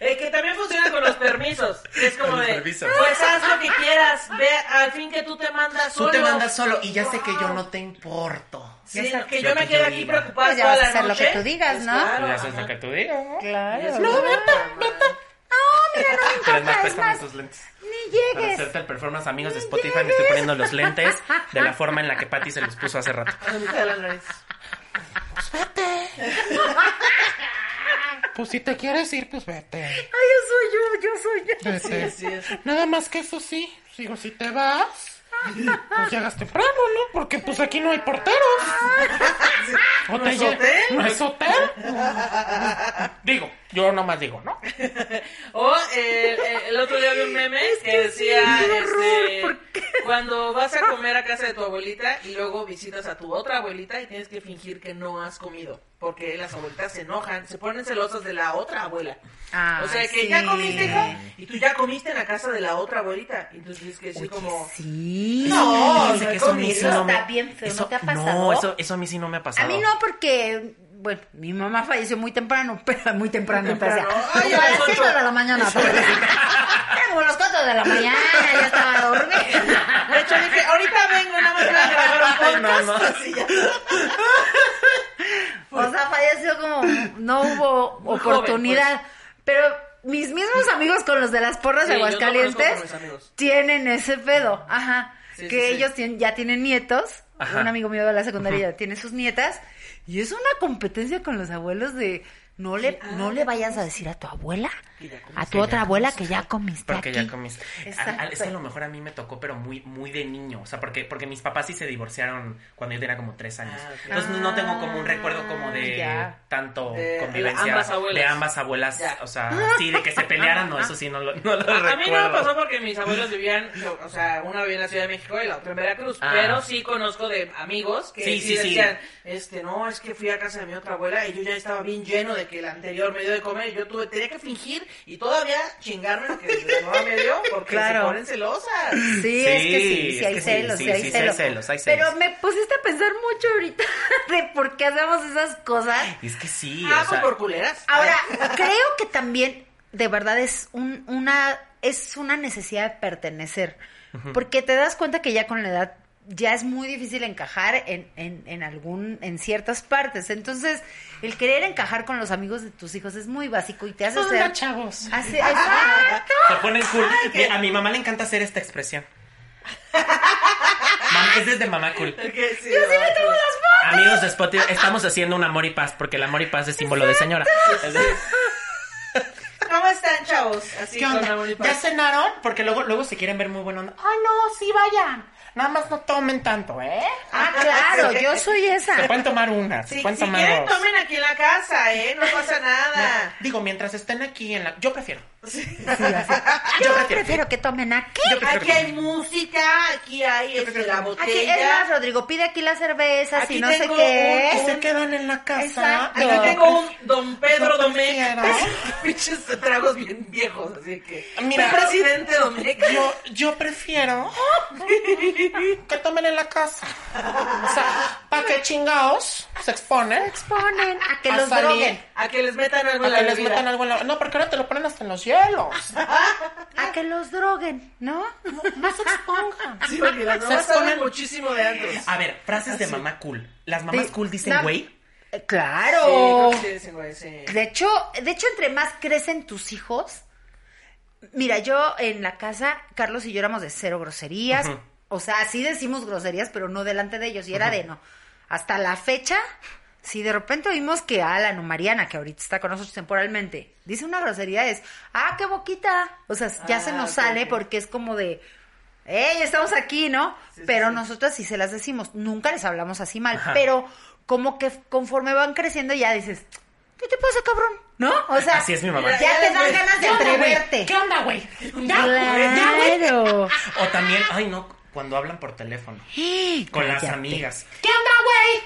B: Eh, que también funciona con los permisos. que Es como
C: Con los
B: de,
C: permisos.
B: pues haz lo que quieras, ve, al fin que tú te mandas
C: Tú
B: solo.
C: te mandas solo y ya sé que yo no te importo.
B: Sí,
C: Ya sabes
B: que
C: lo
B: yo me quedo aquí
C: digo.
B: preocupada
D: Pues ya
B: toda
D: vas a
B: la
D: hacer lo
B: noche.
D: que tú digas, ¿no?
B: claro,
C: Ya sabes
B: ajá.
C: lo que tú digas, ¿no?
D: Claro.
B: No,
D: No, mira, no
C: Pero es más,
D: importa, es
C: préstame
D: más,
C: tus lentes.
D: ni
C: Para
D: llegues.
C: hacerte el performance, amigos de Spotify, me estoy poniendo los lentes de la forma en la que Patty se los puso hace rato.
F: Pues si te quieres ir, pues vete.
D: Ay, yo soy yo, yo soy yo.
F: Vete.
B: Sí, es.
F: ¿eh? Nada más que eso sí. Digo, si te vas, pues llegas temprano, ¿no? Porque pues aquí no hay porteros. O
B: ¿No
F: te
B: es
F: lle-
B: hotel?
F: No es hotel. Digo, yo nomás digo, ¿no?
B: O eh, eh, el otro día vi un meme que decía, este, cuando vas a comer a casa de tu abuelita y luego visitas a tu otra abuelita y tienes que fingir que no has comido, porque las abuelitas se enojan, se ponen celosas de la otra abuela.
D: Ah,
B: o sea, que
D: sí.
B: ya comiste, hijo, y tú ya comiste en la casa de la otra abuelita. Y Entonces tienes que decir como...
D: Sí.
B: No,
C: Dice
B: no
C: que
B: he
C: eso a mí
B: comido".
C: sí no me...
D: Está bien feo, ¿no
C: eso-
D: te ha pasado?
C: eso, eso a mí sí no me ha pasado.
D: A mí no, porque, bueno, mi mamá falleció muy temprano, pero muy temprano,
B: Temprano.
D: o sea,
B: Ay,
D: como a
B: ay,
D: las 5
B: ocho.
D: de la mañana, pobrecita. Como a las 4 de la mañana, ya estaba dormida.
B: De hecho, dije, ahorita vengo nada más para grabar un podcast. Así ya.
D: O sea, falleció como, no hubo
B: Muy
D: oportunidad. Pero mis mismos amigos con los de las porras de
B: Sí, yo no
D: Aguascalientes
B: conozco con mis amigos.
D: tienen ese pedo. Ajá.
B: Sí,
D: que
B: sí, sí.
D: ellos tienen- ya tienen nietos.
C: Ajá.
D: Un amigo mío de la secundaria tiene sus nietas. Y es una competencia con los abuelos de no le, no le vayas a decir a tu abuela, a tu otra abuela que ya comiste.
C: Porque ya
D: aquí.
C: comiste.
D: Exacto.
C: A- a- Es que a lo mejor a mí me tocó, pero muy, muy de niño. O sea, porque, porque mis papás sí se divorciaron cuando yo tenía como tres años.
B: Ah, ok.
C: Entonces no tengo como un recuerdo como de
D: Ah, ya.
C: tanto
B: De
C: convivencia
B: ambas abuelas.
C: de ambas abuelas.
B: Ya.
C: O sea, sí, de que se pelearan, no, eso sí no lo, no lo recuerdo.
B: A a mí no me pasó porque mis abuelos vivían, o sea, una vivía en la Ciudad de México y la otra en Veracruz,
C: Ah.
B: pero sí conozco de amigos que
C: Sí,
B: sí,
C: sí, sí.
B: decían, este, no, es que fui a casa de mi otra abuela y yo ya estaba bien lleno de que el anterior me dio de comer y yo tuve, tenía que fingir y todavía chingarme lo que la mamá me dio porque
D: Claro.
B: se ponen celosas.
D: Sí, es que
C: Sí,
D: sí, sí
C: es
D: hay
C: que sí,
D: celos,
C: sí,
D: sí hay
C: sí, sí hay
D: celos.
C: celos, hay celos.
D: Pero me pusiste a pensar mucho ahorita de por qué hacemos esas cosas.
C: Es que sí,
B: ah,
C: o
B: pues
C: sea,
B: por culeras.
D: Ahora, creo que también, de verdad, es un- una, es una necesidad de pertenecer. Porque te das cuenta que ya con la edad ya es muy difícil encajar en, en, en algún, en ciertas partes. Entonces, el querer encajar con los amigos de tus hijos es muy básico y te hace
E: Hola,
D: ser. ah,
E: chavos.
D: hace- exacto.
C: se ponen cool. Mi- A mi mamá le encanta hacer esta expresión. Mamá, es desde mamá cool.
B: Que sí,
D: Yo sí
B: ¿verdad?
D: le tengo las fotos.
C: Amigos de Spotify, estamos haciendo un amor y paz, porque el amor y paz es símbolo de señora.
B: ¿Cómo están, chavos? Así
F: ¿Qué
B: con
F: onda?
B: amor y
F: ¿Ya
B: paz.
F: cenaron? Porque luego, luego se quieren ver muy buena onda. Ah, no, sí, vayan. Nada más no tomen tanto, ¿eh?
D: Ah, claro, yo soy esa.
F: Se pueden tomar una, se
B: Si,
F: pueden
B: si
F: tomar
B: quieren,
F: dos.
B: tomen aquí en la casa, ¿eh? No pasa nada.
F: Digo, mientras estén aquí en la... Yo prefiero.
D: Yo prefiero que tomen aquí.
F: Yo prefiero
B: Aquí hay música, aquí hay este, la botella.
D: Aquí es más, Rodrigo, pide aquí las cervezas
B: Aquí
D: y no sé
B: tengo
D: qué.
F: que se quedan en la casa.
D: Exacto.
B: Aquí
F: No.
B: tengo un Don Pedro
F: Don
B: Domecq.
F: Pedro.
B: Pinches tragos bien viejos, así que.
F: Mira.
B: Un presidente Domecq.
F: Yo, yo prefiero que tomen en la casa. O sea, ¿para qué chingados se exponen?
D: exponen a que
F: A
D: los
F: salir.
D: droguen,
B: A que les metan algo
F: A
B: en la
F: que les
B: bebida.
F: metan algo en la... No, porque ahora te lo ponen hasta en los hielos.
D: a que los droguen, ¿no?
F: No se expongan.
B: Sí, porque las
F: Se
B: mamás saben
F: exponen.
B: muchísimo de antros.
C: A ver, frases de mamá cool. Las mamás
D: Sí.
C: cool dicen
D: Na-
C: güey.
D: Eh, Claro.
B: Sí, creo que sí, dicen, güey, sí.
D: De hecho, de hecho, entre más crecen tus hijos, mira, yo en la casa, Carlos y yo éramos de cero groserías, o sea, sí decimos groserías, pero no delante de ellos, y era de no. Hasta la fecha, si de repente oímos que Alan o Mariana, que ahorita está con nosotros temporalmente, dice una grosería, es, ah, qué boquita. O sea, ya se
B: Ah,
D: nos
B: ok,
D: sale
B: ok.
D: porque es como de, ¡Ey, estamos aquí, ¿no?
B: sí,
D: pero
B: sí.
D: nosotras sí se las decimos. Nunca les hablamos así mal.
C: Ajá.
D: Pero como que conforme van creciendo ya dices, ¿qué te pasa, cabrón? ¿No? O sea,
C: Así es mi mamá.
D: ya te dan
B: güey.
D: ganas de
F: ¿Qué onda, güey?
D: atreverte.
F: ¿Qué onda, güey? Ya, ya, güey.
D: Claro.
C: O también, ay no, cuando hablan por teléfono. Con las
D: Cállate.
C: amigas.
F: ¿Qué onda,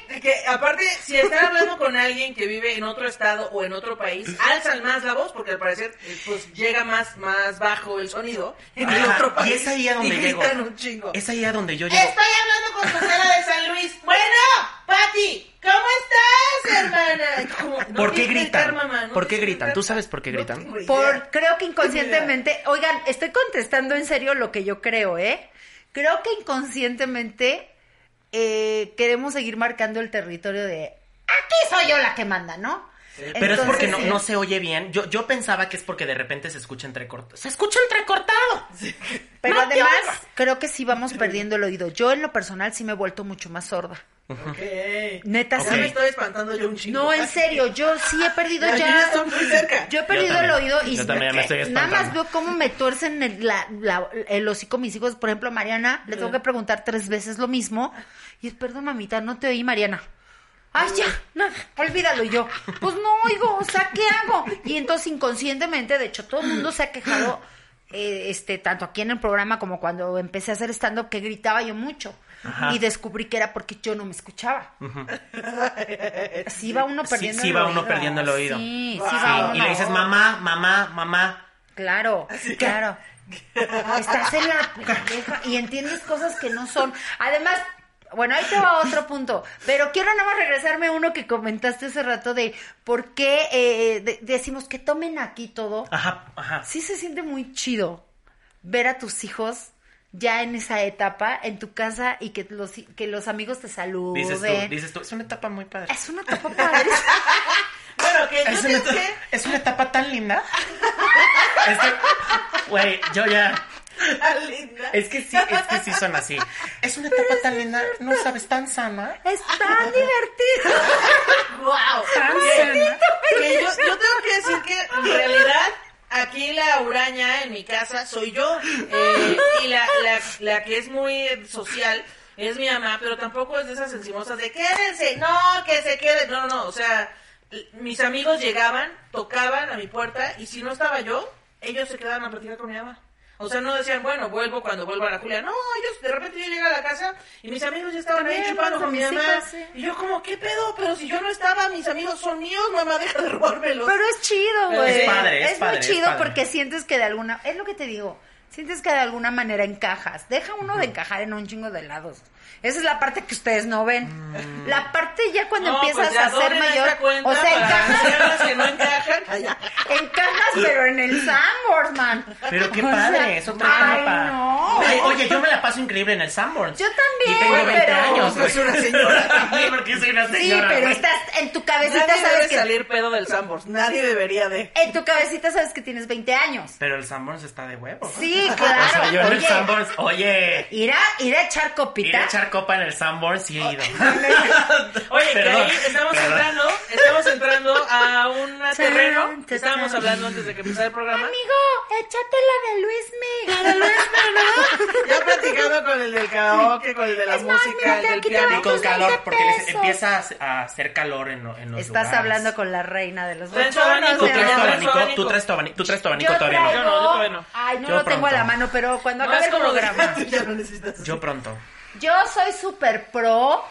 F: güey?
B: Que aparte, si están hablando con alguien que vive en otro estado o en otro país,
C: Pues-
B: alzan más la voz porque al parecer eh, pues llega más, más bajo el sonido en el
C: Ajá,
B: otro país.
C: Y es ahí a donde
B: y
C: llego.
B: gritan un chingo.
C: Es ahí a donde yo llego.
B: Estoy hablando con Susana de San Luis. Bueno, Pati, ¿cómo estás, hermana? Como, no
C: ¿Por
B: tienes
C: qué
B: que
C: gritan?
B: gritar, mamá, no
C: ¿Por qué
B: tienes que
C: gritan? ¿Tú sabes por qué
B: No
C: gritan?
B: tengo idea.
D: Por, creo que inconscientemente, oigan, estoy contestando en serio lo que yo creo, ¿eh? Creo que inconscientemente eh, queremos seguir marcando el territorio de aquí soy yo la que manda, ¿no?
C: Pero es porque no,
D: Entonces, eh, sí.
C: no se oye bien. Yo, yo pensaba que es porque de repente se escucha entrecortado. ¡Se escucha entrecortado!
D: Pero
C: No te
D: además,
C: oigo.
D: creo que sí vamos perdiendo el oído. Yo en lo personal sí me he vuelto mucho más sorda.
G: Ok.
D: Neta,
C: Ok.
G: Ya me
D: sí.
G: estoy espantando yo un chingo.
D: No, en serio, yo sí he perdido
G: Ya,
D: ya.
G: yo ya estoy muy cerca.
D: Yo he perdido
C: también,
D: el oído y
C: yo también me estoy
D: nada
C: espantando.
D: más veo cómo me tuercen el, la- la- el hocico mis hijos. Por ejemplo, Mariana, le tengo que preguntar tres veces lo mismo. Y es, perdón, mamita, no te oí, Mariana. Ay, ya, no, olvídalo Y yo. Pues no oigo, o sea, ¿qué hago? Y entonces inconscientemente, de hecho, todo el mundo se ha quejado, eh, este, tanto aquí en el programa como cuando empecé a hacer stand-up, que gritaba yo mucho.
C: Ajá.
D: Y descubrí que era porque yo no me escuchaba. Así va uno
C: Sí,
D: perdiendo
C: sí
D: el
C: va
D: oído.
C: uno perdiendo el oído.
D: Sí, sí
C: Sí,
D: va uno.
C: y le dices, mamá, mamá, mamá.
D: Claro, claro. Estás en la pendeja y entiendes cosas que no son. Además, bueno, ahí te va otro punto. Pero quiero nada más regresarme a uno que comentaste hace rato de por qué eh, de- decimos que tomen aquí todo.
C: Ajá, ajá.
D: Sí se siente muy chido ver a tus hijos ya en esa etapa, en tu casa, y que los, que los amigos te saluden.
C: Dices tú, dices tú. Es una etapa muy padre.
D: Es una etapa padrísima.
B: Bueno, que yo
C: Es una,
B: creo que...
C: es una etapa tan linda. Es que, güey, yo ya.
B: Ah,
C: Es que sí, es que sí son así. Es una etapa tan linda, no sabes, tan sana.
D: Es tan divertido.
B: ¡Wow!
F: Tan sana.
B: Que yo, yo tengo que decir que en realidad aquí la uraña en mi casa soy yo eh, y la, la, la que es muy social es mi mamá, pero tampoco es de esas encimosas de quédense, no, que se queden, no, no, no, o sea, l- mis amigos llegaban, tocaban a mi puerta y si no estaba yo, ellos se quedaban a platicar con mi mamá. O sea, no decían, bueno, vuelvo cuando vuelva la Julia. No, ellos, de repente yo llegué a la casa y mis amigos ya estaban ahí
D: También,
B: chupando
D: vamos a
B: con mi
D: pues mis
B: mamá.
D: hijos, sí.
B: Y yo como, ¿qué pedo? Pero si yo no estaba, mis amigos son míos, mamá, deja de robármelos.
D: Pero es chido,
B: Pero
D: güey.
B: es
C: padre, es padre,
D: muy
C: es
D: chido
C: padre.
D: porque sientes que de alguna, es lo que te digo, sientes que de alguna manera encajas. Deja uno de encajar en un chingo de lados. Esa es la parte que ustedes no ven.
C: Mm.
D: La parte ya cuando
B: No,
D: empiezas
B: pues ya
D: a ser
B: donen
D: mayor,
B: esta cuenta
D: o sea,
B: para hacer
D: encajas,
B: las que no encajan. Ay, ya.
D: encajas pero en el Sambors, man.
C: Pero qué
D: O sea,
C: padre, es otra
D: ay,
C: etapa.
D: no.
C: Oye, oye, yo me la paso increíble en el Sanborns.
D: Yo también,
C: Y tengo 20
D: pero-
C: años.
G: Pues una señora
C: también. porque soy una
D: Sí,
C: señora.
D: pero
C: güey.
D: estás en tu cabecita
B: Nadie
D: sabes
B: debe
D: que
B: salir pedo del Sambors.
G: Nadie debería de.
D: en tu cabecita sabes que tienes 20 años.
C: Pero el Sanborns está de huevo.
D: Sí,
C: O
D: claro.
C: sea, yo en el
D: Oye,
C: Sanborns, oye.
D: ir a ir a echar copita.
C: Ir a echar copa en el Sanborns sí he ido.
B: Oye,
C: Perdón,
B: que ahí estamos
C: perdón.
B: entrando, estamos entrando a un terreno que
D: chan,
B: estábamos
D: chan.
B: hablando antes de que empezara el programa.
D: Amigo, échate la de Luis Miguel. La de Luis
G: Ya platicando con el del karaoke, con el de la
D: Es más,
G: música,
D: mírate,
G: el del
D: aquí te
G: piano.
C: Y con
D: Pues,
C: calor,
D: 20
C: porque les
D: pesos.
C: empieza a hacer calor en, lo- en los
D: Estás
C: lugares.
D: hablando con la reina de los
B: Traes tu
D: bochonos,
B: abanico,
C: ¿Tú
D: mi
C: traes tu
D: amor.
B: Traes
C: abanico?
B: abanico.
C: ¿Tú traes tu abanico? ¿Tú traes tu
D: Yo
C: abanico todavía
D: traigo...
C: no?
B: no, yo todavía no.
D: Ay, no
C: Yo
D: lo tengo a
C: pronto.
D: la mano, pero cuando
B: No,
D: acabe
B: es
D: el
B: como de-
D: programa.
G: Ya no necesitas.
C: Yo pronto.
D: Yo soy super pro.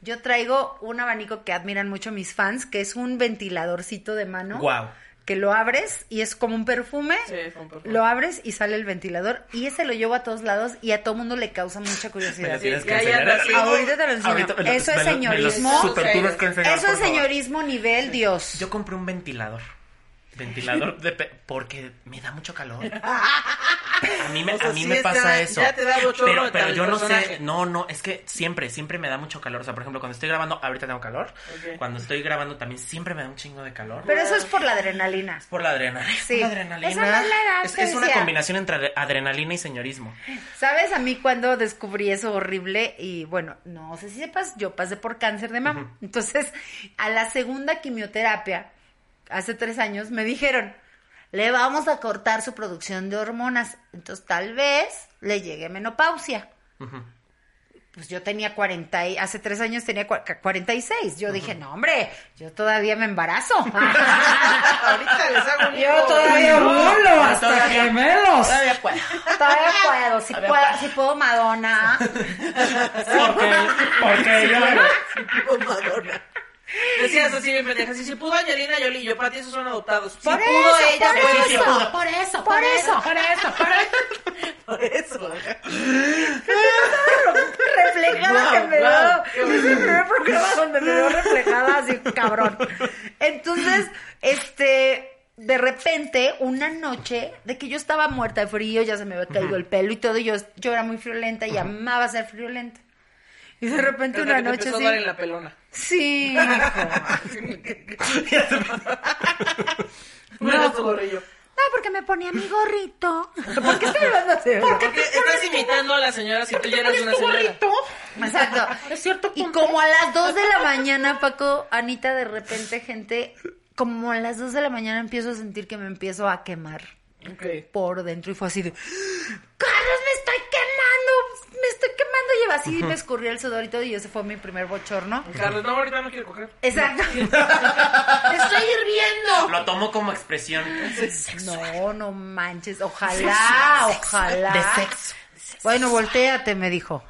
D: Yo traigo un abanico que admiran mucho mis fans, que es un ventiladorcito de mano.
C: Guau.
D: Que lo abres y es como un perfume.
B: Sí, es como un perfume.
D: Lo abres y sale el ventilador. Y ese lo llevo a todos lados y a todo mundo le causa mucha
C: Me lo
D: curiosidad.
C: tienes que
B: ya, ya,
C: enseñar.
B: sí.
D: Ahorita te lo enseño.
C: Ahorita me lo-
D: Eso
C: me lo-
D: es
C: me lo
D: señorismo.
C: super tienes que enseñar,
D: Eso
C: por
D: es
C: favor.
D: señorismo nivel Dios.
C: Yo compré un ventilador. Ventilador de pe- porque me da mucho calor. A mí me,
G: O sea,
C: a mí
G: sí
C: me
G: está-
C: pasa eso.
B: ya te da bochorno
C: pero
B: de
C: pero
B: tal
C: yo no
B: personaje.
C: sé, no, no, es que siempre, siempre me da mucho calor. O sea, por ejemplo, cuando estoy grabando, ahorita tengo calor. Cuando estoy grabando también siempre me da un chingo de calor.
D: Pero eso es por la adrenalina.
C: por la adrenalina.
D: Sí.
C: Es una adrenalina.
D: Esa no es la edad,
C: Es-
D: te
C: es una
D: decía.
C: combinación entre adre- adrenalina y señorismo.
D: ¿Sabes a mí cuando descubrí eso horrible? Y bueno, no sé si sepas, yo pasé por cáncer de mama. Entonces, a la segunda quimioterapia, hace tres años, me dijeron, le vamos a cortar su producción de hormonas. Entonces, tal vez le llegue menopausia. Pues yo tenía 40, y, hace tres años tenía cua- 46. Yo dije, no, hombre, yo todavía me embarazo.
G: Ahorita les hago un
D: Yo todavía vuelo hasta gemelos.
C: Todavía puedo.
D: Todavía puedo, si puedo, si puedo Madonna.
C: Porque, porque yo.
G: tipo Madonna.
B: Decías así bien pendejas, y si pudo Angelina Jolie, yo para ti esos son adoptados. Si
D: Por
B: pudo
D: eso,
B: ella,
D: por
B: pues,
D: eso,
B: yo.
D: por eso, por eso, por eso, por eso.
G: Por eso.
D: reflejada
G: Guau,
D: que me
G: guau.
D: veo. Es el primer programa donde me veo reflejada así, cabrón. Entonces, este, de repente, una noche, de que yo estaba muerta de frío, ya se me había caído el pelo y todo, y yo, yo era muy friolenta y amaba ser friolenta. Y de repente
B: Hasta
D: una
B: que te
D: noche
B: empezó a
D: así.
B: dar en la pelona.
D: Sí,
B: Bueno, tu gorrillo.
D: pues,
E: No, porque me ponía mi gorrito.
D: ¿Por qué estoy hablando así?
B: Porque estás imitando a la señora si tú ya eras una
E: tu
B: señora.
E: gorrito?
D: Exacto.
E: Es cierto
D: Y
E: punto.
D: como a las 2 de la mañana, Paco, Anita, de repente, gente, como a las 2 de la mañana empiezo a sentir que me empiezo a quemar por dentro y fue así de, Carlos, me estoy quemando, me estoy quemando. Y iba así y me escurría el sudor y todo y ese fue mi primer bochorno.
B: Carlos, no, ahorita no quiero coger.
D: Exacto. estoy hirviendo.
C: Lo tomó como expresión.
D: No, no manches, ojalá, ojalá.
C: De sexo.
D: Bueno, volteate, me dijo.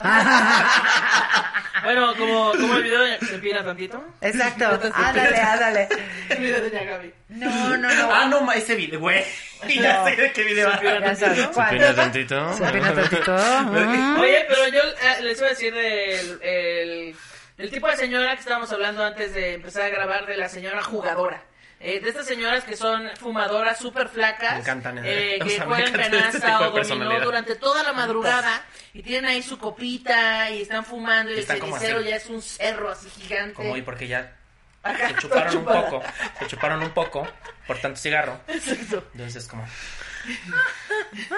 B: Bueno, como, como el video se empina tantito.
D: Exacto. Ándale, ándale.
B: El video de Doña Gaby.
D: No, no, no.
C: Ah, no, ma- ese video, güey. Y ya sé de qué video hablas.
D: Ya sabes cuál.
A: Pena tantito.
D: Se apena tantito. Ajá.
B: Oye, pero yo eh, les iba a decir del el, del tipo de señora que estábamos hablando antes de empezar a grabar, de la señora jugadora. Eh, de estas señoras que son fumadoras súper flacas.
C: Me encantan, eh.
B: eh,
C: O
B: que
C: sea, me
B: juegan
C: encanta este
B: canasta
C: tipo de
B: o dominó
C: personalidad.
B: durante toda la madrugada y tienen ahí su copita y están fumando y el
C: Están como
B: cenicero
C: así.
B: ya es un cerro así gigante.
C: Como hoy, porque ya
B: Ajá,
C: se chuparon un
B: chupada.
C: poco. Se chuparon un poco por tanto cigarro.
B: Exacto.
C: Entonces, como.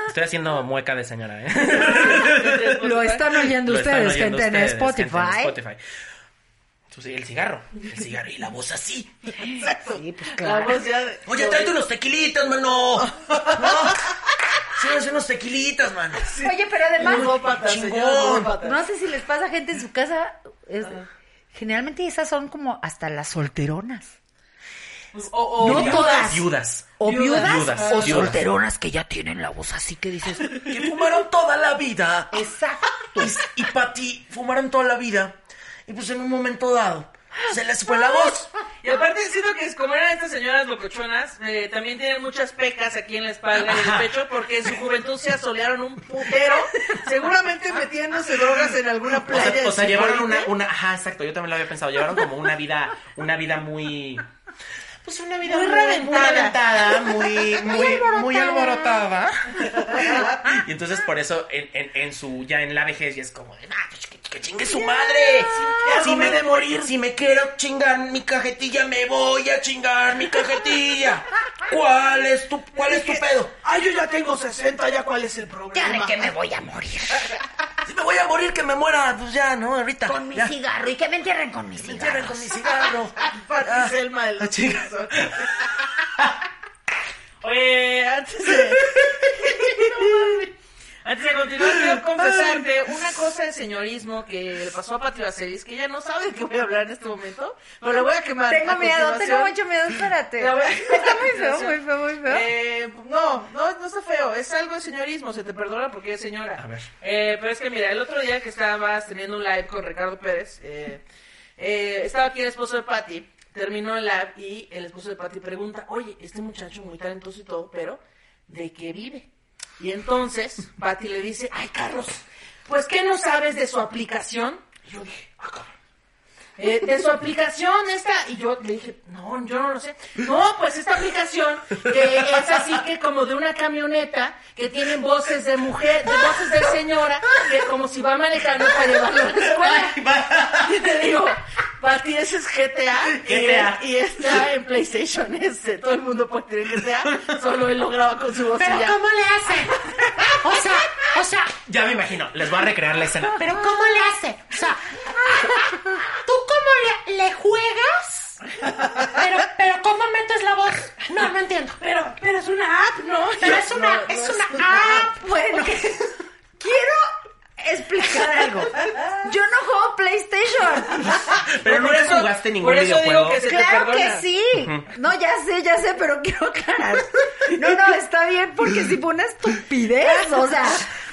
C: Estoy haciendo mueca de señora, ¿eh?
D: Lo están oyendo
C: Lo están
D: ustedes,
C: oyendo
D: gente, en
C: ustedes,
D: Spotify.
C: Spotify. Entonces, El cigarro, el cigarro y la voz así.
D: Sí, pues
B: La
D: claro.
B: voz ya de-
C: Oye, tráete unos tequilitas, mano. ¿No? Sí, hace unos tequilitas, mano.
D: Oye, pero además,
B: Ludópata, señora
C: Chingón.
B: ludópata.
D: no sé si les pasa a gente en su casa. es- generalmente esas son como hasta las solteronas.
B: O, o-
D: No
B: viudas.
D: todas.
C: Viudas.
D: O
B: Viudas.
D: viudas,
C: Viudas,
D: o
C: viudas.
D: solteronas que ya tienen la voz así que dices,
C: Que fumaron toda la vida.
D: exacto.
C: Pues, Y, y Pati fumaron toda la vida. Y pues en un momento dado, se les fue la voz.
B: Y aparte siento que es como eran estas señoras locochonas, eh, también tienen muchas pecas aquí en la espalda y en el pecho porque en su juventud se asolearon un putero, seguramente metiéndose drogas en alguna
C: O sea,
B: playa.
C: o sea, llevaron una, una, ajá, exacto, yo también lo había pensado, llevaron como una vida, una vida muy, pues una vida
B: Muy
C: muy,
B: reventada.
C: muy, muy, muy alborotada. y entonces por eso en, en, en su, ya en la vejez ya es como, de, "Ah, pues, que, que chingue su madre, si me de morir, si me quiero chingar mi cajetilla, me voy a chingar mi cajetilla. ¿Cuál es tu, cuál es tu pedo?
G: Ay, yo ya tengo 60, ya cuál es el
D: Ya de
G: problema.
D: que me voy a morir.
C: Si me voy a morir, que me muera, pues ya, ¿no? Ahorita.
D: Con mi
C: ya.
D: cigarro. Y que me entierren con mi cigarro.
C: Cierren con mi cigarro.
B: Pati Selma de la
C: Chica.
B: Oye, antes de... No mames. Antes de continuar, quiero confesarte una cosa de señorismo que le pasó a Pati Baselis, que ella no sabe de qué voy a hablar en este momento, pero la voy a quemar.
D: Tengo
B: a
D: miedo, tengo
B: continuación.
D: mucho miedo, espérate.
B: La voy a-
D: Está muy feo, muy feo, muy feo.
B: Eh, no, no, no está feo. Es algo de señorismo. Se te perdona porque es señora.
C: A ver.
B: Eh, pero es que mira, el otro día que estabas teniendo un live con Ricardo Pérez, eh, eh, estaba aquí el esposo de Patty. Terminó el live y el esposo de Patty pregunta: Oye, este muchacho muy talentoso y todo, pero ¿de qué vive? Y entonces Patty le dice: Ay, Carlos, pues ¿qué no sabes de su aplicación? Y yo dije: "Ah, cabrón". Eh, de su aplicación esta y yo le dije no yo no lo sé no pues esta aplicación que es así que como de una camioneta que tienen voces de mujer de voces de señora que como si va manejando para llevarlo a la escuela y te digo Pati ese es GTA,
C: GTA.
B: eh, Y, y está en PlayStation este todo el mundo puede tener GTA solo él lo graba con su voz y
E: Pero
B: ya.
E: ¿cómo le hace? O sea, o sea,
C: Ya me imagino, les voy a recrear la escena.
E: pero ¿cómo le hace? O sea, ¿tú cómo le, le juegas? Pero, pero ¿cómo metes la voz? No, no entiendo. Pero, pero es una app, ¿no? Pero es una,
B: No, no
E: es
B: es
E: una
B: una
E: app.
D: Bueno, quiero explicar algo. Yo no juego PlayStation.
C: Pero
B: Por
C: nunca
B: eso-
C: jugaste ningún
B: por eso digo
C: videojuego.
B: que se- te
D: Claro que
B: perdona.
D: sí. No, ya sé, ya sé, pero quiero aclarar. No, no, está bien porque si fue una estupidez, o sea,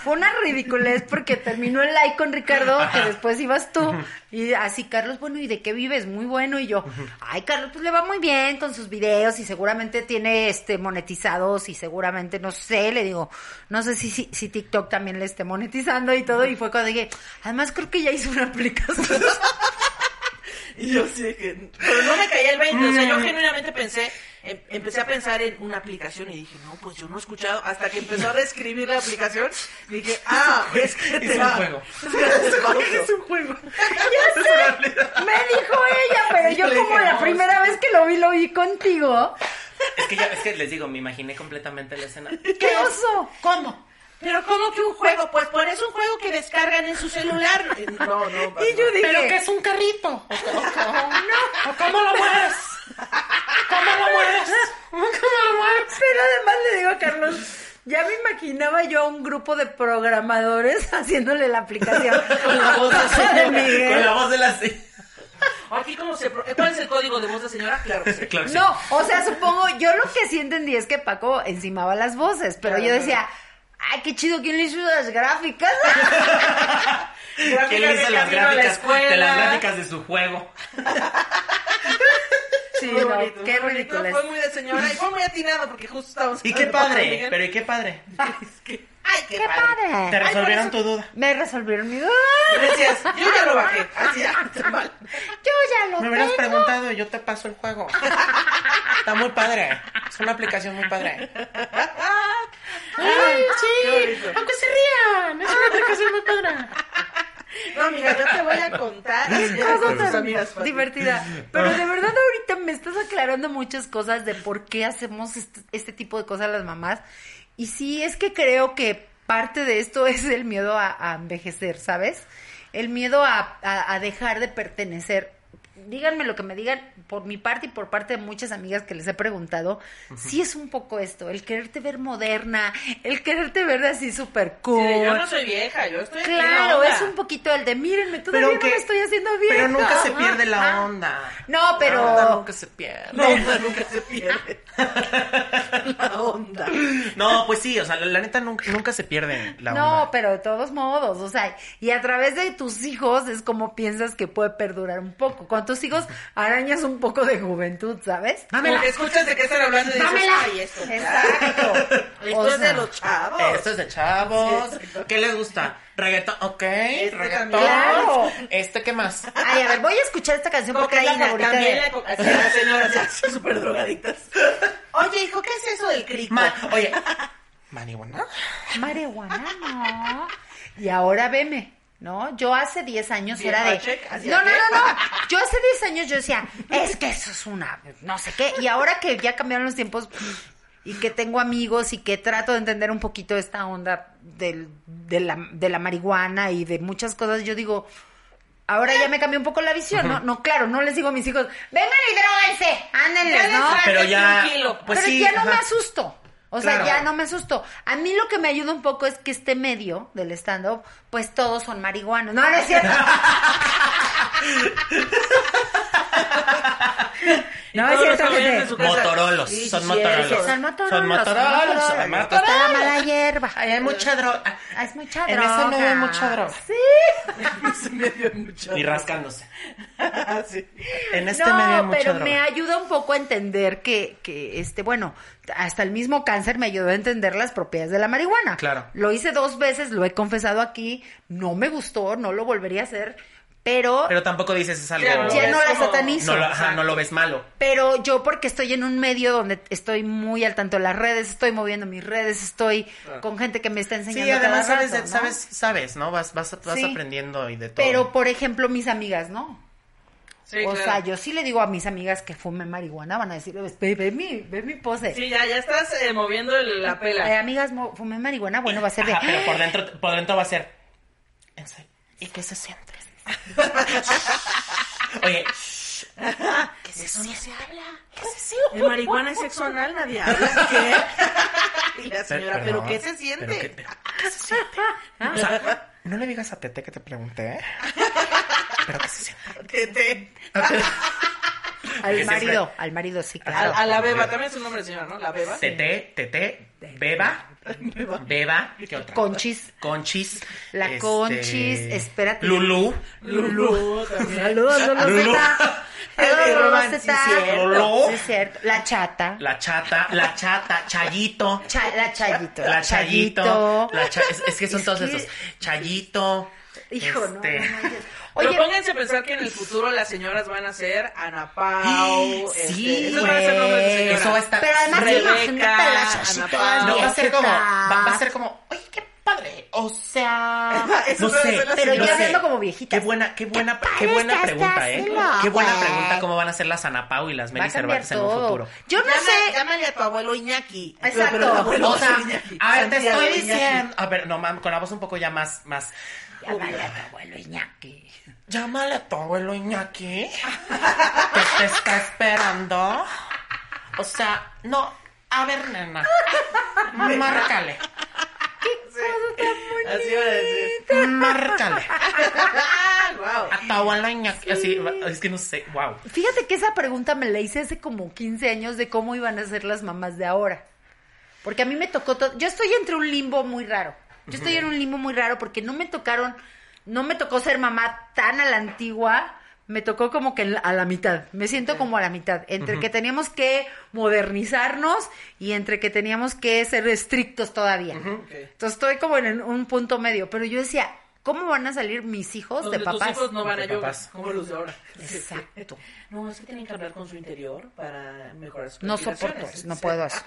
D: fue una ridiculez porque terminó el like con Ricardo, que después ibas tú, y así, Carlos, bueno, ¿y de qué vives? Muy bueno, y yo, ay, Carlos, pues le va muy bien con sus videos y seguramente tiene este monetizados y seguramente, no sé, le digo, no sé si, si, si TikTok también le esté monetizando y todo, y fue cuando dije, además creo que ya hizo una aplicación.
G: Y yo sí que.
B: Pero no me caía el 20, o sea, yo genuinamente pensé, em- empecé a pensar en una aplicación y dije, no, pues yo no he escuchado, hasta que empezó a reescribir la aplicación, dije, ah, es que te
C: Es un
B: va-
C: juego.
B: Es que es un juego.
C: un juego.
D: Ya sé, me dijo ella, pero yo como la primera vez que lo vi, lo vi contigo.
C: Es que ya, es que les digo, me imaginé completamente la escena.
D: ¡Qué oso!
E: ¿Cómo?
B: Pero ¿cómo que un juego? Pues pones un juego que descargan en su celular. Eh, No, no.
D: Y yo dije,
E: ¿Pero que es un carrito? ¿O, o- o- no? ¿O cómo lo mueves? ¿Cómo lo mueves? ¿Cómo lo mueves?
D: Pero además le digo a Carlos, ya me imaginaba yo a un grupo de programadores haciéndole la aplicación.
B: Con la voz de señora,
D: de Miguel.
C: Con la voz de la se-
B: Aquí cómo se... pro- ¿Cuál es el código de voz de señora? Claro. que sí.
C: Claro, sí.
D: No, o sea, supongo, yo lo que sí entendí es que Paco encimaba las voces, pero yo decía, ay, qué chido, ¿quién le hizo las gráficas?
C: ¿Quién le hizo
B: de
C: las
B: camino a la
C: gráficas?
B: escuela.
C: de las gráficas de su juego.
D: Sí,
B: Muy
D: no,
B: bonito,
D: qué
B: muy bonito,
D: ridículo es.
B: Fue muy de señora y fue muy atinado porque justo estábamos...
C: Y qué
B: hablando con
C: padre,
B: Miguel.
C: pero y qué padre.
B: Ay, qué,
D: ¡Qué
B: padre.
C: Te
D: padre!
C: resolvieron tu duda.
D: Me resolvieron mi duda.
B: Gracias. Yo ya lo bajé. Así ya. está mal.
D: Yo ya lo
C: Me hubieras
D: tengo.
C: preguntado y yo te paso el juego. Está muy padre. Es una aplicación muy padre.
E: ¡Ay, sí!
B: bonito.
E: ¡Aunque se rían! Es una aplicación muy padre.
B: No, amiga, yo te voy a contar. Así ya
D: Cosa
B: con tus
D: tan
B: amigas. Pati.
D: divertida. Pero de verdad ahorita me estás aclarando muchas cosas de por qué hacemos este, este tipo de cosas las mamás. Y sí, es que creo que parte de esto es el miedo a, a envejecer, ¿sabes? El miedo a, a- a dejar de pertenecer. Díganme lo que me digan, por mi parte y por parte de muchas amigas que les he preguntado, sí es un poco esto, el quererte ver moderna, el quererte ver así súper
B: Sí,
D: cool.
B: de, yo no soy vieja, yo estoy... aquí en la
D: Claro,
B: onda.
D: es un poquito el de mírenme, todavía no
C: que-
D: me estoy haciendo bien.
C: Pero nunca se
D: Ajá.
C: pierde
D: Ah.
C: la onda.
D: No, pero-
C: La onda nunca se pierde.
B: La onda nunca se pierde. La onda.
C: No, pues sí, o sea, la, la neta nunca, nunca se pierde la onda.
D: No, pero de todos modos, o sea, y a través de tus hijos es como piensas que puede perdurar un poco. Con tus hijos arañas un poco de juventud, ¿sabes?
B: Como que escuchas de qué están hablando y dices,
E: Dámela.
B: ay, esto.
D: Exacto.
B: Esto
D: O
B: es de
D: sea,
B: los chavos.
C: Esto es de chavos. ¿Qué les gusta? Reggaetón, ok. reggaetón.
B: también.
D: Este Claro.
C: Este, ¿qué más?
D: Ay, a ver, voy a escuchar esta canción porque es la
B: Cocaína,
D: favorita
B: también
D: de-
B: la cocaína. Sí, Las señoras ya son súper drogadictas. Oye, hijo, ¿qué es eso del crico?
C: Ma- Oye,
D: Ah,
C: marihuana.
D: Marihuana, no. Y ahora veme, ¿no? Yo hace 10 años
B: Vieja
D: era de...
B: checa, así
D: No, no,
B: de-
D: no, no. Yo hace 10 años yo decía, es que eso es una... no sé qué. Y ahora que ya cambiaron los tiempos y que tengo amigos y que trato de entender un poquito esta onda del- de, la, de la marihuana y de muchas cosas, yo digo... Ahora ya me cambió un poco la visión, ¿no? No, claro, no les digo a mis hijos, vengan y droguense, ándenles, ¿no?
B: traje
C: Ah, Pero
B: aquí
C: ya-
B: un kilo.
C: pues
D: pero
C: sí,
D: ya no
C: ajá.
D: me asusto. O sea,
C: Claro.
D: ya no me asusto. A mí lo que me ayuda un poco es que este medio del stand-up, pues todos son marihuanos. No, no es cierto. no es
B: Todos los
D: cierto,
B: jóvenes en
D: gente.
B: su casa.
C: Motorolos.
B: Sí,
C: son
B: sí,
C: motorolos.
B: cierto.
D: Son motorolos.
C: Son motorolos.
D: son
C: Son
D: motorolos. Está la mala hierba.
C: Ay, hay mucha droga.
D: Ah, Es mucha
C: En
D: droga.
C: ese medio hay mucha droga.
D: Sí.
B: Se me dio mucho.
C: Y rascándose.
B: Sí.
C: En este
D: Ah, no,
C: medio hay mucha
D: pero
C: droga.
D: me ayuda un poco a entender que, que, este, bueno, hasta el mismo cáncer me ayudó a entender las propiedades de la marihuana.
C: Claro.
D: Lo hice dos veces, lo he confesado aquí, no me gustó, no lo volvería a hacer, pero,
C: Pero tampoco dices es algo.
B: Ya no
D: ya no
B: es
D: la
B: como-
D: satanizo.
C: no lo- ajá, no lo ves malo.
D: Pero yo porque estoy en un medio donde estoy muy al tanto de las redes, estoy moviendo mis redes, estoy con gente que me está enseñando.
C: Ah. Sí, además
D: cada
C: sabes, de-
D: rato, ¿no?
C: sabes, sabes, ¿no? Vas, vas, vas
D: Sí.
C: aprendiendo y de todo.
D: Pero por ejemplo mis amigas, ¿no?
B: Sí,
D: o
B: claro.
D: sea, yo sí le digo a mis amigas que fumen marihuana, van a decir, ve, ve mi, ve mi pose.
B: Sí, ya, ya estás eh, moviendo el- la
D: Eh,
B: pela.
D: amigas, mo- fumé marihuana, bueno, va a ser de... ¡Ah!
C: Ajá, Ah, pero por dentro, por dentro va a ser. en serio, ¿Y qué se siente? Oye,
B: El marihuana es sexo anal, nadie habla. ¿Qué? Y la señora, ¿pero,
C: perdón,
B: qué se siente?
C: pero qué- pero qué se siente?
D: Ah.
C: O sea, no le digas a Tete que te pregunté, ¿eh?
B: Ah,
C: Pero qué se
B: Te-
C: siente.
B: te-
D: Al
C: Que siempre-
D: marido, al marido, sí, claro.
B: A, a la beba, también es un nombre de señora, ¿no? La beba.
C: Tete, Tete, Beba, Beba, ¿qué otra?
D: Conchis.
C: Conchis.
D: La Conchis, espérate.
C: este, Lulú.
B: Lulú también.
C: Ah,
D: Saludos, Lolo
C: Lulu.
D: Zeta.
B: Ay,
D: Saludos,
B: Román,
D: Lolo
B: sí,
D: Zeta.
B: cierto.
C: Lolo.
D: Sí, es cierto. La chata.
C: La Chata, La Chata, Chayito.
D: Cha- la Chayito.
C: La Chayito.
D: Chayito.
C: La Cha- es, es que son
D: Es
C: todos
D: que-
C: estos. Chayito.
D: Hijo, no,
C: este,
D: no, manches.
B: Oye,
E: Oye,
B: Pero pónganse a pensar que en el futuro las señoras van a ser Ana Pau.
C: Sí,
B: esas van a ser nombres de
C: güey.
B: señoras.
C: Eso va a estar-
E: Pero además
B: Rebeca,
E: imagínate las así
B: Ana
E: todas
B: Paula.
C: No, va a ser como,
E: viejitas.
C: va, va a ser como, oye, qué padre, o sea,
G: Eso
C: no
G: puede
C: sé,
G: ser la
E: Pero
C: no
E: ya
C: sé.
E: hablando como viejitas.
C: Qué buena, qué buena,
E: padre
C: qué buena
E: estás,
C: pregunta, ¿eh?
E: hazlo,
C: Qué buena
E: güey.
C: pregunta cómo van a ser las Anapau y las
E: Va
C: Meli
E: a cambiar
C: Cervantes en un
E: todo.
C: futuro.
E: Yo no
G: Llama-
E: sé.
G: Llámale a tu abuelo Iñaki.
D: Exacto.
G: Pero tu abuelo
C: O sea,
G: es Iñaki.
C: a ver, te
G: Santiago
C: estoy
G: Iñaki.
C: diciendo, a ver, no mam, con la voz un poco ya más, más.
E: Llámale a tu abuelo Iñaki.
C: Llámale a tu abuelo Iñaki. Que te está esperando. O sea, no, a ver, nena. Márcale,
G: Así van a decir.
C: márcale.
G: Ah, wow.
C: A tu abuelo Iñaki. Así, es que no sé, wow.
D: Fíjate que esa pregunta me la hice hace como 15 años de cómo iban a ser las mamás de ahora. Porque a mí me tocó todo. Yo estoy entre un limbo muy raro. Yo estoy en un limbo muy raro porque no me tocaron, no me tocó ser mamá tan a la antigua. Me tocó como que en la- a la mitad. Me siento como a la mitad. Entre que teníamos que modernizarnos y entre que teníamos que ser estrictos todavía. Entonces estoy como en un punto medio. Pero yo decía, ¿cómo van a salir mis hijos
B: Donde
D: de
B: tus
D: papás?
B: hijos no van a
C: De
B: yoga,
C: papás.
B: como los de ahora.
D: Exacto.
E: No, es que tienen que hablar con su interior para mejorar su
D: No soporto eso, no puedo eso.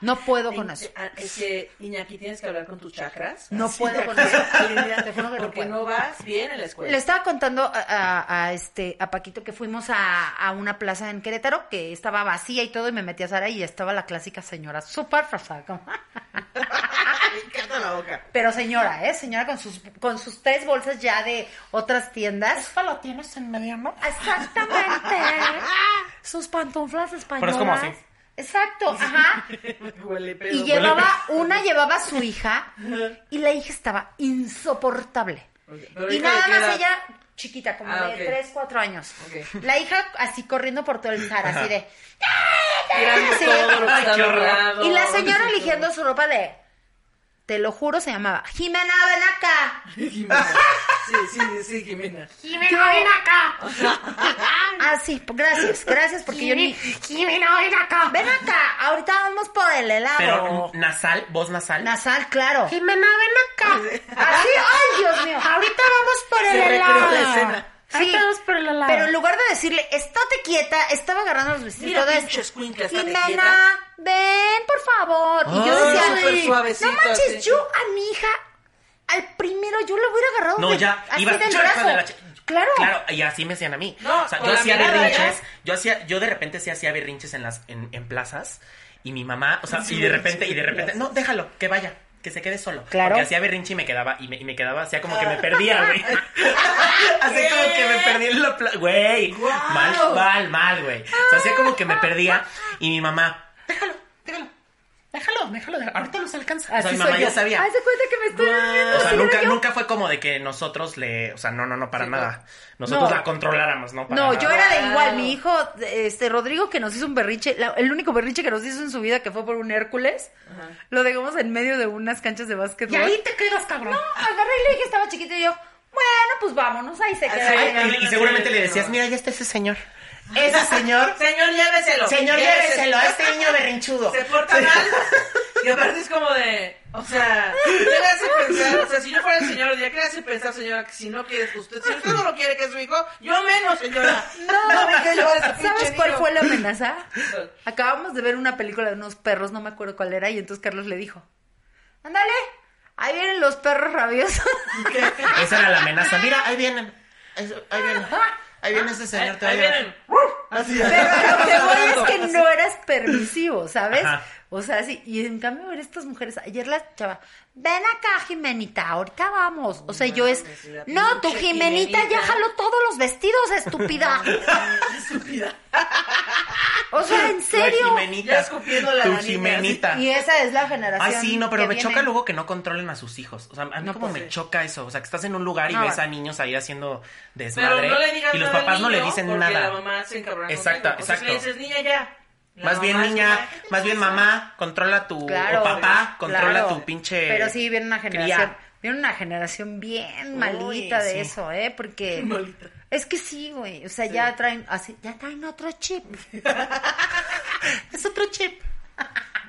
D: No puedo con eso.
E: ah, Es que, Iñaki, tienes que hablar con tus chakras.
D: No
E: Así.
D: puedo con eso.
E: Sí, mira,
D: Te juro que no
E: Porque
D: puedo.
E: no vas bien en la escuela.
D: Le estaba contando a, a- a este a Paquito que fuimos a, a una plaza en Querétaro que estaba vacía y todo y me metí a Sara y estaba la clásica señora súper frazada. como-
G: Me encanta la boca.
D: Pero señora, ¿eh? Señora con sus con sus tres bolsas ya de otras tiendas.
F: Esta la tienes en mediano.
D: Exactamente. Sus pantuflas españolas.
C: Pero es como así.
D: Exacto, ajá.
G: Huele pedo.
D: Y llevaba, una llevaba a su hija y la hija estaba insoportable.
B: Pero
D: Y
B: hija de
D: nada
B: qué
D: más
B: edad?
D: ella, chiquita, como
B: Ah,
D: de
B: ok.
D: 3, 4 años.
B: Ok.
D: La hija así corriendo por todo el zar, así de...
B: Tirando
D: Sí.
B: todo lo que
C: Ay,
B: está
C: qué horror.
B: doblado.
D: Y la señora eligiendo su ropa de... Te lo juro, se llamaba Jimena, ven acá.
B: Jimena. Sí, sí, sí, Jimena.
E: Jimena, ven acá.
D: Ah, sí, gracias, gracias, porque yo ni...
E: Jimena, ven acá.
D: Ven acá, ahorita vamos por el helado.
C: Pero nasal, voz nasal.
D: Nasal, claro.
E: Jimena, ven acá.
D: Así, ay, Dios mío.
E: Ahorita vamos por
G: Se
E: el
G: recreó
E: helado.
G: la escena.
D: Sí,
E: Ahorita vamos por el helado.
D: pero en lugar de decirle, estate quieta, estaba agarrando los vestidos. y
B: Mira,
D: todo
B: pinche
D: esto.
B: escuincla, estate
D: Jimena, ven, por favor. Y yo
B: Ah,
D: decía,
B: súper
D: no
B: suavecito,
D: manches,
B: así.
D: yo a mi hija, al primero, yo le hubiera agarrado
C: No,
D: de-
C: ya,
D: así
C: iba
D: del
C: yo era
D: brazo.
C: fan de la ch-
D: Claro.
C: Claro, y así me hacían a mí.
B: No,
C: o sea,
B: con
C: yo
B: la
C: hacía
B: mirada,
C: berrinches, yo hacía, yo de repente sí hacía berrinches en las, en, en plazas, y mi mamá, o sea, y de repente, y de repente, no, déjalo, que vaya, que se quede solo.
D: Claro.
C: Porque hacía berrinche y me quedaba, y me, y me quedaba, hacía como que me perdía, güey. Así como que me perdí en la plaza, güey. Mal, mal, mal, güey. O sea, hacía como que me perdía, y mi mamá, déjalo, déjalo, déjalo, déjalo, déjalo, ahorita los alcanza. o sea, mi
D: Así
C: mamá
D: soy
C: ya
D: yo.
C: sabía.
D: Haz de cuenta que me estoy durmiendo,
C: O sea,
D: así era
C: nunca,
D: yo.
C: nunca fue como de que nosotros le. O sea, no, no, no, para nada. Nosotros
D: No.
C: la controláramos, ¿no? Para
D: No,
C: nada.
D: yo era de igual. Mi hijo, este Rodrigo, que nos hizo un berrinche, la- el único berrinche que nos hizo en su vida, que fue por un Hércules, lo dejamos en medio de unas canchas de básquetbol.
F: Y ahí te quedas, cabrón.
D: agarré y le dije, estaba chiquito y yo, bueno, pues vámonos, ahí se queda.
C: Ay,
B: Ay, no, no,
C: y, y
B: no,
C: seguramente
B: no,
C: le
B: no.
C: decías, mira, ya está ese señor. Ese señor.
B: Señor, lléveselo.
C: Señor,
B: Lléveselo.
C: lléveselo a este niño berrinchudo.
B: Se porta mal. Y aparte es como de. O sea, ¿qué le hace pensar? O sea, si yo fuera el señor, ya ¿qué le hace pensar, señora, que si no quiere usted, si usted no lo quiere que es su hijo, yo menos, señora.
D: No,
B: me quiero llevar a este
D: ¿Sabes
B: pinche
D: cuál
B: niño.
D: fue la amenaza? Acabamos de ver una película de unos perros, no me acuerdo cuál era, y entonces Carlos le dijo, ándale, ahí vienen los perros rabiosos.
C: Esa era la amenaza. Mira, ahí vienen. Eso- Ahí vienen. Ahí viene ese señor. te va a
B: Ahí
C: llevar.
B: vienen.
G: Así
D: Pero a lo que voy es que no eras permisivo, ¿sabes?
C: Ajá.
D: O sea, sí, y en cambio ver estas mujeres, ayer la chava, ven acá Jimenita, ahorita vamos. O sea, yo es,
B: la
D: no, tu
B: pinche
D: Jimenita ya
B: Jimenita".
D: jaló todos los vestidos, estúpida. O sea, en
C: Tu
D: serio.
C: Jimenita.
B: Ya escupiendo la
C: Tu
B: nanita,
C: Jimenita.
D: Y esa es la generación.
C: Ay, sí, no, pero
D: que
C: me
D: viene.
C: choca luego que no controlen a sus hijos. O sea, a mí como me choca eso. O sea, que estás en un lugar y
D: No,
C: ves a
D: bueno.
C: niños ahí haciendo
B: Pero
C: desmadre.
B: no le digas
C: y los
B: nada al
C: papás no le
B: niño
C: dicen
B: porque
C: nada.
B: La mamá se encabrona.
C: Exacta,
B: contigo. Entonces
C: exacto.
B: le dices, niña, ya. La
C: más bien,
B: mamá es
C: niña,
B: como, "Ay, ¿qué
C: más
B: te
C: bien,
B: pasa?".
C: mamá, controla tu.
D: Claro.
C: o papá, controla
D: claro.
C: tu pinche.
D: Pero sí, viene una generación.
C: cría.
D: Viene una generación bien malita de
C: sí.
D: eso, ¿eh? Porque. Es que sí, güey. O sea, ya traen. Así, ya traen otro chip.
C: Es otro chip.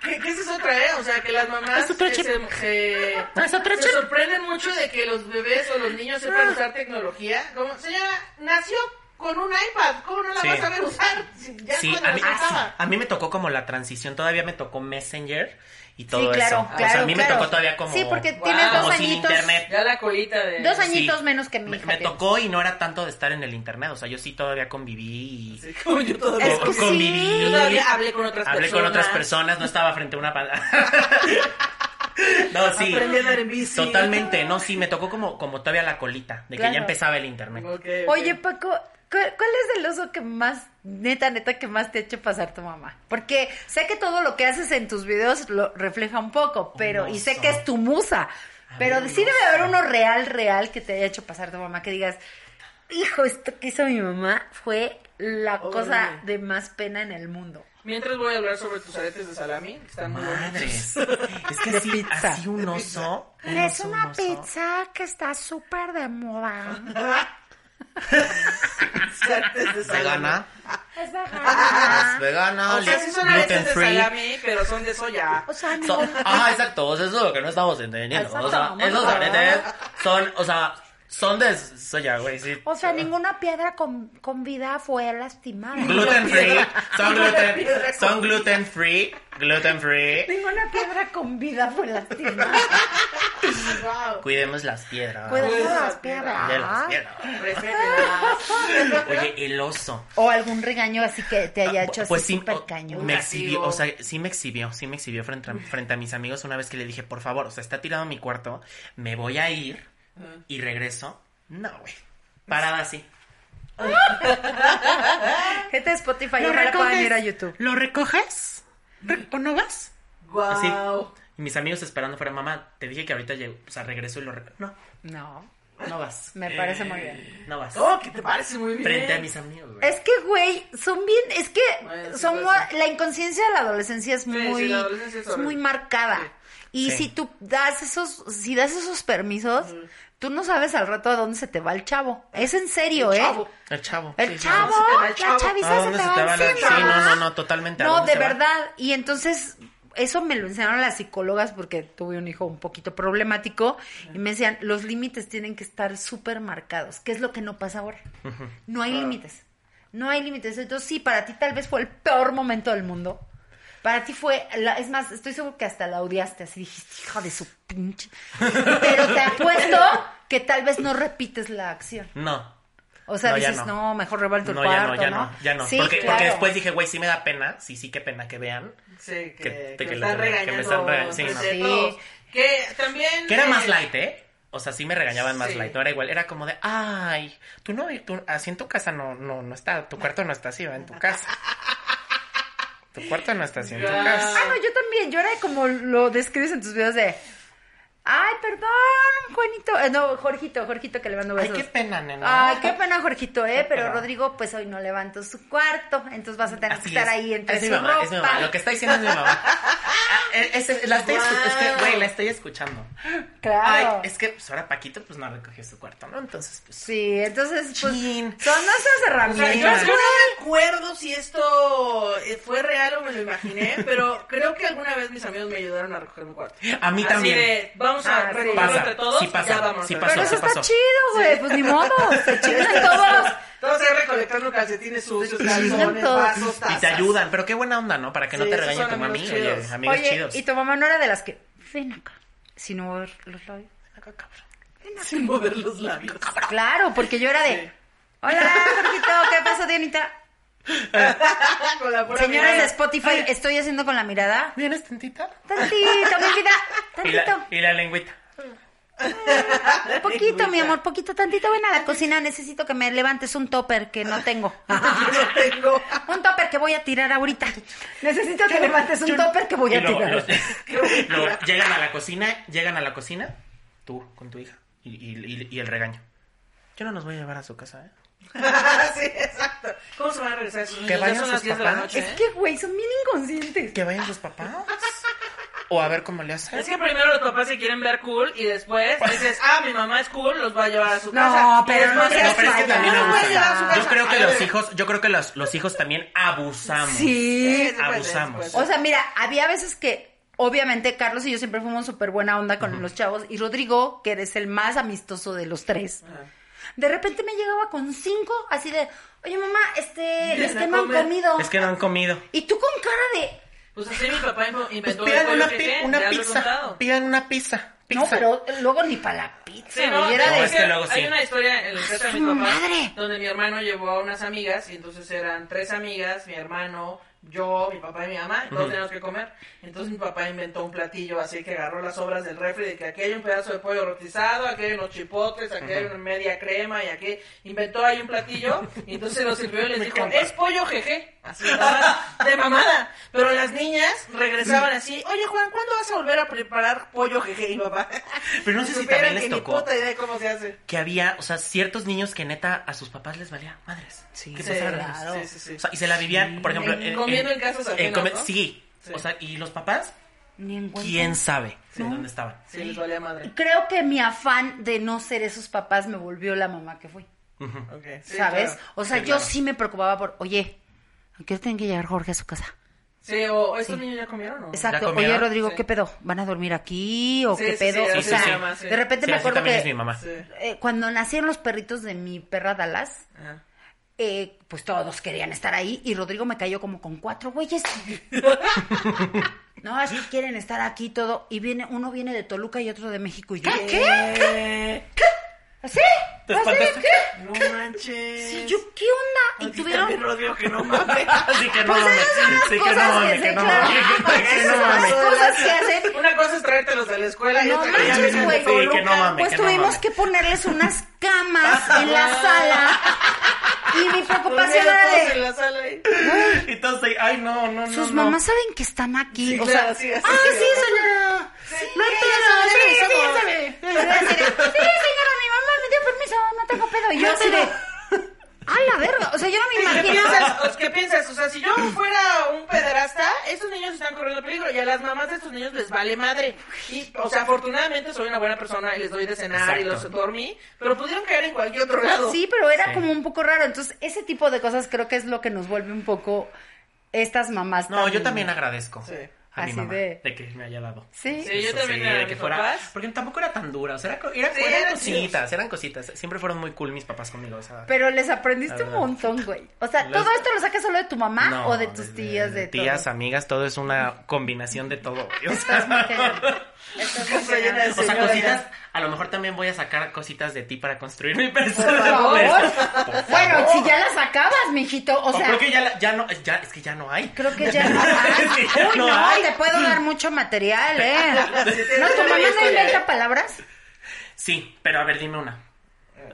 B: ¿Qué, qué es eso? Otra otra, ¿eh? O sea, que las mamás
E: Es otro
B: que
E: chip.
B: se, se-
E: Es otro
B: se
E: chip. Ah.
B: sorprenden mucho de que los bebés o los niños sepan usar tecnología. Como, señora, nació con un iPad, ¿cómo no la
C: Sí.
B: vas a ver usar? Ya
C: Sí,
B: cuando
C: a mí,
B: la usaba.
C: a mí me tocó como la transición, todavía me tocó Messenger y todo
D: sí, claro,
C: eso.
D: claro.
C: o sea, a mí
D: claro.
C: me tocó todavía como
E: Sí, porque
B: Wow.
E: tienes dos
C: como sin
E: añitos.
C: internet.
B: Ya la colita de...
E: Dos añitos
C: Sí.
E: menos que mi
C: Me,
E: hija.
C: me
E: tiene.
C: tocó y no era tanto de estar en el internet, o sea, yo sí todavía conviví y
B: Como yo todavía.
E: Es que sí.
C: conviví.
B: Yo todavía hablé con otras
C: Hablé
B: personas.
C: con otras personas, no estaba frente a una pantalla. no, sí.
G: Aprendí a andar en bici.
C: Totalmente, no, sí, me tocó como, como todavía la colita, de que
E: Claro.
C: ya empezaba el internet.
G: Ok, ok.
D: Oye, Paco, ¿cuál, cuál es el oso que más, neta, neta, que más te ha hecho pasar tu mamá? Porque sé que todo lo que haces en tus videos lo refleja un poco, pero, y sé
C: oso.
D: que es tu musa, pero
C: ver, un
D: sí debe haber uno real, real que te haya hecho pasar tu mamá, que digas, hijo, esto que hizo mi mamá fue la cosa de más pena en el mundo.
B: Mientras voy a hablar sobre tus aretes de salami, que están muy bonitos.
C: Madres. Es que así, así un oso. un
E: Es
C: oso,
E: una
C: un oso.
E: pizza que está súper de moda.
G: Antes de salir.
C: Vegana.
E: Es vegana.
C: Es vegana.
B: O sea, sí son aretes
C: gluten
B: de
C: free.
B: salami, pero son de soya.
E: O sea, no.
C: Son- ajá, exacto. Eso es lo que no estamos entendiendo. O sea,
E: Exacto,
C: esos
E: mamá.
C: aretes son, o sea, son de soya, güey, sí.
E: O sea, ninguna piedra con, con vida fue lastimada.
C: Gluten free, son gluten, son gluten free, gluten free.
D: Ninguna piedra con vida fue lastimada.
C: Ah. Cuidemos las piedras.
E: Cuidado con
C: Ah.
E: las
C: De las
D: Ah.
E: piedras.
C: piedras.
B: Respétenla.
C: Oye, el oso.
D: O algún regaño así que te haya hecho
C: Pues
D: así
C: sí,
D: súper
C: o-
D: cañón.
C: me
B: Negativo.
C: exhibió, o sea, sí me exhibió, sí me exhibió frente a, frente a mis amigos una vez que le dije, por favor, o sea, está tirado en mi cuarto, me voy a ir y regreso. No, güey. Parada así.
D: Gente de Spotify, ojalá puedan ir a YouTube.
F: ¿Lo recoges? Re- ¿O no vas?
C: Así.
B: Guau.
C: Y mis amigos esperando fuera, mamá, te dije que ahorita llego, o sea, regreso y lo... re- No,
D: No,
C: no vas. Eh,
D: me parece muy bien.
C: No vas.
B: Oh, que te parece muy bien.
C: Frente a mis amigos, güey.
D: Es que, güey, son bien, es que
B: Bueno, sí
D: son
B: puede
D: mua- la inconsciencia de la adolescencia es muy,
B: sí, la adolescencia es
D: es muy
B: horrible.
D: marcada. Y
C: Sí.
D: si tú das esos, si das esos permisos, tú no sabes al rato a dónde se te va el chavo. Es en serio, ¿eh?
B: Ah, Chavo.
C: El chavo.
D: El
C: Sí, sí,
D: chavo,
B: se te va el
D: la
B: chavo.
C: ¿A
D: chaviza se
C: dónde
D: te
C: se te
D: va
C: va la-
D: encima.
C: Sí, no, no, no, totalmente, ¿a
D: No,
C: dónde
D: de
C: se va?
D: verdad. Y entonces, eso me lo enseñaron las psicólogas porque tuve un hijo un poquito problemático y me decían, los límites tienen que estar súper marcados, que es lo que no pasa ahora. No hay límites. No hay límites. Entonces, sí, para ti tal vez fue el peor momento del mundo. Para ti fue, la- es más, estoy seguro que hasta la odiaste, así dijiste, hija de su pinche. Pero te apuesto que tal vez no repites la acción.
C: No.
D: O sea,
C: No, ya
D: dices, no.
C: no.
D: mejor revuelto el
C: No, ya
D: cuarto,
C: no, ya no, ya no.
D: Sí,
C: porque,
D: claro.
C: porque después dije, güey, sí me da pena, sí, sí, qué pena que vean.
B: Sí, que,
C: Que- que
B: que
C: la-
B: están
C: que me
B: regañando.
C: están regañando, sí,
B: frente
C: no.
B: a
D: Pues Sí.
B: todos. Que también...
C: Que era más
B: eh,
C: light, ¿eh? O sea, sí me regañaban más
B: Sí.
C: light, no era igual, era como de, ay, tú no, tú, así en tu casa no, no, no está, tu cuarto no está así, va en tu casa. Tu cuarto no está así en tu
B: Ya.
C: casa.
D: Ah, no, yo también. Yo era como lo describes en tus videos de. Ay, perdón, Juanito. Eh, no, Jorgito, Jorgito, que le mando
C: Ay,
D: besos.
C: qué pena, nena.
D: Ay, qué pena, Jorgito, ¿eh? Pero
C: pena.
D: Rodrigo, pues hoy no levantó su cuarto. Entonces vas a tener que
C: Así
D: estar
C: es.
D: ahí entre
C: es
D: su
C: mi mamá,
D: ropa.
C: es mi mamá, lo que está diciendo es mi mamá. Ah, es- es- la estoy escu- es que, güey, la estoy escuchando.
D: Claro.
C: Ay, es que pues, ahora Paquito pues no recogió su cuarto, ¿no? Entonces, pues...
D: Sí, entonces, pues.
C: Chin.
D: Son nuestras
B: O sea, yo,
D: herramientas.
B: yo no me acuerdo si esto eh, fue real o me lo imaginé, pero creo que alguna vez mis amigos me ayudaron a recoger mi cuarto.
C: A mí
B: Así
C: también.
B: de, vamos a
D: Ah, sí.
B: recogerlo
C: Pasa,
B: entre todos,
C: sí pasa,
B: ya vamos.
C: sí
B: a
C: pasó,
D: Pero
B: recoger.
D: eso
C: sí
D: está
C: pasó.
D: chido, güey. Pues ni modo. Se chingan todos.
B: Todos ahí recolectando calcetines sucios, calzones,
D: todos.
B: vasos, tazas.
C: Y te ayudan, pero qué buena onda, ¿no? Para que no
B: Sí,
C: te
B: esos
C: regañe
B: son
C: tu mami.
B: amigos
C: Oye,
B: chidos.
C: amigos
D: Oye,
C: chidos.
D: y tu mamá no era de las que. Ven acá. Si no mover los labios.
B: Sin mover los labios.
D: Claro, porque yo era de. Hola, Jorgito, ¿qué pasó, Dianita?
B: Con la pura
D: Señores de
B: mirada.
D: Spotify, estoy haciendo con la mirada.
C: ¿Vienes tantita?
D: Tantito, mi vida.
C: Y
D: Tantito.
C: la, y la lengüita.
D: Poquito, mi amor, poquito, tantito. Ven a la cocina, necesito que me levantes un topper que no tengo.
B: no tengo.
D: Un topper que voy a tirar ahorita. Necesito que levantes un topper que voy
C: Y
D: a
C: luego,
D: tirar.
C: los- luego llegan a la cocina, llegan a la cocina, tú con tu hija. Y, y- y- y el regaño. Yo no nos voy a llevar a su casa, ¿eh?
B: sí, exacto. ¿Cómo se van a regresar esos niños?
C: vayan
B: Ya son
C: sus
B: las 10 de la
C: papás.
B: noche. ¿eh?
D: Es que, güey, son bien inconscientes.
C: Que vayan sus papás. O a ver cómo le hacen.
B: Es que primero los papás se quieren ver cool y después dices, ah, mi mamá es cool, los va a llevar a su
D: No,
B: casa. Y
D: pero
B: después
D: no
B: dices,
C: No, pero es que
D: Ay,
C: también
D: no,
B: "Ah, voy a llevar a su
C: abusan. Yo
B: casa".
C: creo que
B: A
C: los
B: ver,
C: hijos, yo creo que los, los hijos también abusamos.
D: Sí.
B: sí, sí puede, sí
C: abusamos.
B: puede.
D: O sea, mira, había veces que obviamente Carlos y yo siempre fuimos súper buena onda con los chavos y Rodrigo, que eres el más amistoso de los tres. De repente me llegaba con cinco, así de, oye mamá, este, es que no han
B: comer.
D: comido.
C: Es que no han comido.
D: Y tú con cara de,
B: Pues así mi papá inventó
C: Pues Pidan
B: el pollo
C: una,
B: que
C: pi-
B: ven,
C: una
B: ya lo he
C: pizza.
B: contado.
C: Pidan una pizza.
D: no,
C: Pizza.
D: pero luego ni para la pizza.
B: Sí, no,
D: y era
C: no,
D: de,
C: es que luego
B: hay
C: sí.
B: una historia en la casa de mis papás
D: madre!
B: donde mi hermano llevó a unas amigas y entonces eran tres amigas, mi hermano, yo, mi papá y mi mamá, y todos teníamos que comer. Entonces mi papá inventó un platillo así que agarró las obras del refri de que aquí hay un pedazo de pollo rotizado, aquí hay unos chipotes, aquí hay una media crema y aquí inventó ahí un platillo y entonces lo sirvió y les dijo, es pollo jeje, así nada más, de mamada. Pero las niñas regresaban así, oye Juan, ¿cuándo vas a volver a preparar pollo jeje y papá?
C: Pero no sé si
B: supieran
C: también les
B: que ni
C: tocó.
B: puta idea de cómo se hace.
C: que había, o sea, ciertos niños que neta a sus papás les valía madres. Sí,
B: Sí, claro. Sí, sí, sí.
C: O sea, y se la vivían, por ejemplo.
B: En- comiendo en casas ajenas, ¿no?
C: Sí.
B: Sí.
C: O sea, y los papás,
D: ni en cuenta.
C: quién sabe en dónde estaban.
B: Sí, les valía madre.
D: Creo que mi afán de no ser esos papás me volvió la mamá que fui.
B: Sí,
D: ¿Sabes?
B: claro.
D: O sea, yo sí me preocupaba por, oye, ¿a qué hora tiene que llegar Jorge a su casa?
B: Sí, o estos niños ya comieron, ¿no?
D: Exacto. Oye,
C: comieron?
D: Rodrigo,
B: Sí.
D: ¿qué pedo? ¿Van a dormir aquí o
B: Sí,
D: qué
B: sí,
D: pedo?
B: sí,
D: o
B: sí,
D: sea,
B: sí, mamá, sí.
D: de repente
C: Sí,
D: me
C: así
D: acuerdo
C: también
D: que
C: es mi mamá.
B: Sí.
D: eh, cuando nacieron los perritos de mi perra Dallas,
B: Ajá.
D: eh, pues todos querían estar ahí y Rodrigo me cayó como con cuatro güeyes. no, es que quieren estar aquí todo y viene uno viene de Toluca y otro de México y yo. ¿Qué? ¿Qué? ¿Así?
C: ¿Te
D: ¿Así?
C: espantaste?
D: ¿Qué?
G: No manches.
D: Sí, yo, ¿qué onda? Y tuvieron
G: También Rodrigo que no mames.
C: Así que no
D: Pues
C: mames.
D: esas son las
C: Sí que
D: cosas
C: no
D: que
C: mames,
D: se-
C: que no
D: claro.
C: mames. Que
D: esas
C: no
D: son las
C: mames.
D: cosas que hacen.
B: Una cosa es traértelos de la escuela y
D: No
B: otra que ya
D: manches,
B: vienen
D: güey.
B: de
C: Sí, que no
B: Toluca.
C: mames,
D: Pues
C: que no
D: tuvimos
C: mames.
D: que ponerles unas camas en la sala. Y mi preocupación
B: Durmieron
D: era
B: todos en
D: de.
B: la sala ahí.
C: Y todos ahí, ay, no, no, no.
D: Sus
C: no.
D: mamás saben que están aquí. o sea,
B: claro, sí, así,
D: ah,
B: sí,
D: sí,
B: así.
D: señora. No hay
E: sí,
D: pedo,
E: sí,
D: sí,
E: sí,
D: sí,
E: ya
D: sí,
E: sabe.
D: sí, señora, mi mamá me dio permiso, no tengo pedo. Y yo así de. A la verga. O sea, yo no me
B: ¿Qué
D: imagino.
B: piensas? ¿Qué piensas? O sea, si yo fuera un pederasta, estos niños están corriendo peligro y a las mamás de estos niños les vale madre. Y, o sea, afortunadamente soy una buena persona y les doy de cenar y los
C: Exacto.
B: dormí, pero pudieron caer en cualquier otro lado.
D: Sí, pero era como un poco raro. Entonces, ese tipo de cosas creo que es lo que nos vuelve un poco estas mamás.
C: No, yo también
D: agradezco.
C: agradezco
B: Sí.
C: a mi
D: Así
C: mamá
D: de-
C: de... que me haya dado.
D: Sí.
B: Sí, yo
C: Eso
B: también
C: sí,
B: a
C: de
B: mis
C: que fuera,
B: papás.
C: porque tampoco era tan dura, o sea, era, co- era-
B: Sí,
C: eran
B: eran
C: cositas, eran cositas. Siempre fueron muy cool mis papás conmigo, o sea.
D: Pero les aprendiste un
C: Verdad.
D: montón, güey. O sea,
C: Los-
D: ¿todo esto lo sacas solo de tu mamá
C: No,
D: o de tus tías? De,
C: tías,
D: todo?
C: amigas, todo es una combinación de todo. güey, O sea,
D: Estás muy cañón. Estás muy
B: Casa llena de
D: cañón.
C: o sea,
B: señoras.
C: cositas, a lo mejor también voy a sacar cositas de ti para construir mi persona.
D: Por favor.
C: Por
D: Bueno,
C: favor.
D: si ya las acabas, mijito. O
C: O
D: sea,
C: creo que ya, la- ya no, ya, es que ya no hay.
D: creo que ya no
C: Sí, ya
D: hay. Uy,
C: no
D: no,
C: hay.
D: te puedo dar mucho material, ¿eh? No, tu
B: Yo
D: mamá
B: no
D: no
B: estoy,
D: inventa
B: ¿eh?
D: palabras.
C: Sí, pero a ver, dime una.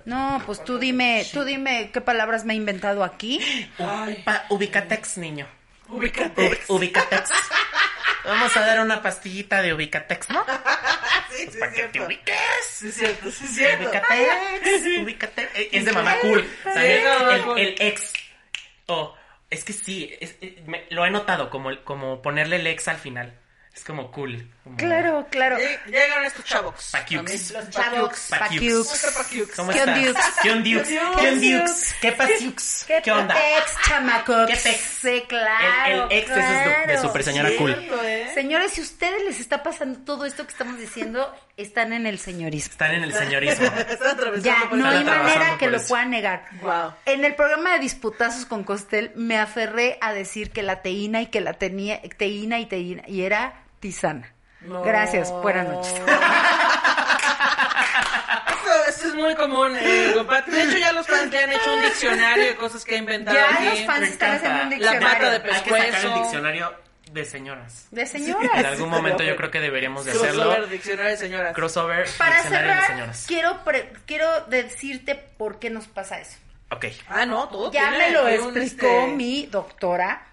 D: No, pues tú dime, tú dime qué palabras me he inventado aquí.
C: U- pa- ubicatex, niño.
B: Ubícate.
C: Ubi- ubicatex. Vamos a dar una pastillita de ubicatex, ¿no?
B: Sí, sí,
C: Para
B: es
C: que te
B: cierto.
C: ubiques.
B: Sí, es cierto, sí, es cierto.
C: Ubicatex, ubicatex. Eh, Es de mamá cool. O sea,
B: Sí,
C: el,
B: es de mamá
C: el-
B: cool.
C: el ex. Oh, es que sí, es- eh, me- lo he notado, como, el- como ponerle el ex al final. Es como cool. como-
D: Claro, claro.
B: Lleg- Llegan estos chavos.
C: Paquiux.
B: Los
D: Paquiux. Paquiux.
B: Otro Paquiux.
C: ¿Cómo
D: ¿Qué
C: estás?
D: ondiux?
C: ¿Qué ondiux? ¿Qué ondiux? ¿Qué pasiux?
D: ¿Qué,
C: ¿Qué onda?
D: Tex, chamaco.
C: ¿Qué tex?
D: Sí,
C: El,
D: claro.
C: el ex ese es
D: claro.
C: de, de super señora cool.
B: Cierto, ¿eh?
D: Señores, si a ustedes les está pasando todo esto que estamos diciendo, están en el señorismo.
C: Están en el señorismo.
B: Están atravesando
D: Ya,
B: por
D: no
B: el-
D: hay
C: trabajando
D: manera
C: por
D: que lo
C: eso.
D: puedan negar.
B: Guau.
D: En el programa de Disputazos con Costel me aferré a decir que la teína y que la tenía, teína y teína, y era tisana.
B: No.
D: Gracias, buenas noches.
B: Esto, esto es muy común, eh, compadre. De hecho, ya los fans le han hecho un diccionario de cosas que ha inventado.
D: Ya
B: aquí.
D: los fans están haciendo un
B: pata
C: La
D: diccionario.
B: de pe-
C: Hay que sacar el
B: Pescuezo.
C: diccionario de señoras.
D: De
C: En
D: señoras.
C: algún momento yo creo que deberíamos de hacerlo.
B: Crossover, diccionario de señoras.
C: Crossover,
D: Para
C: diccionario de
D: cerrar,
C: señoras.
D: quiero, pre- quiero decirte por qué nos pasa eso.
C: Ok.
B: ah, no, todo
D: Ya
B: tiene
D: me lo
B: un,
D: explicó
B: este,
D: mi doctora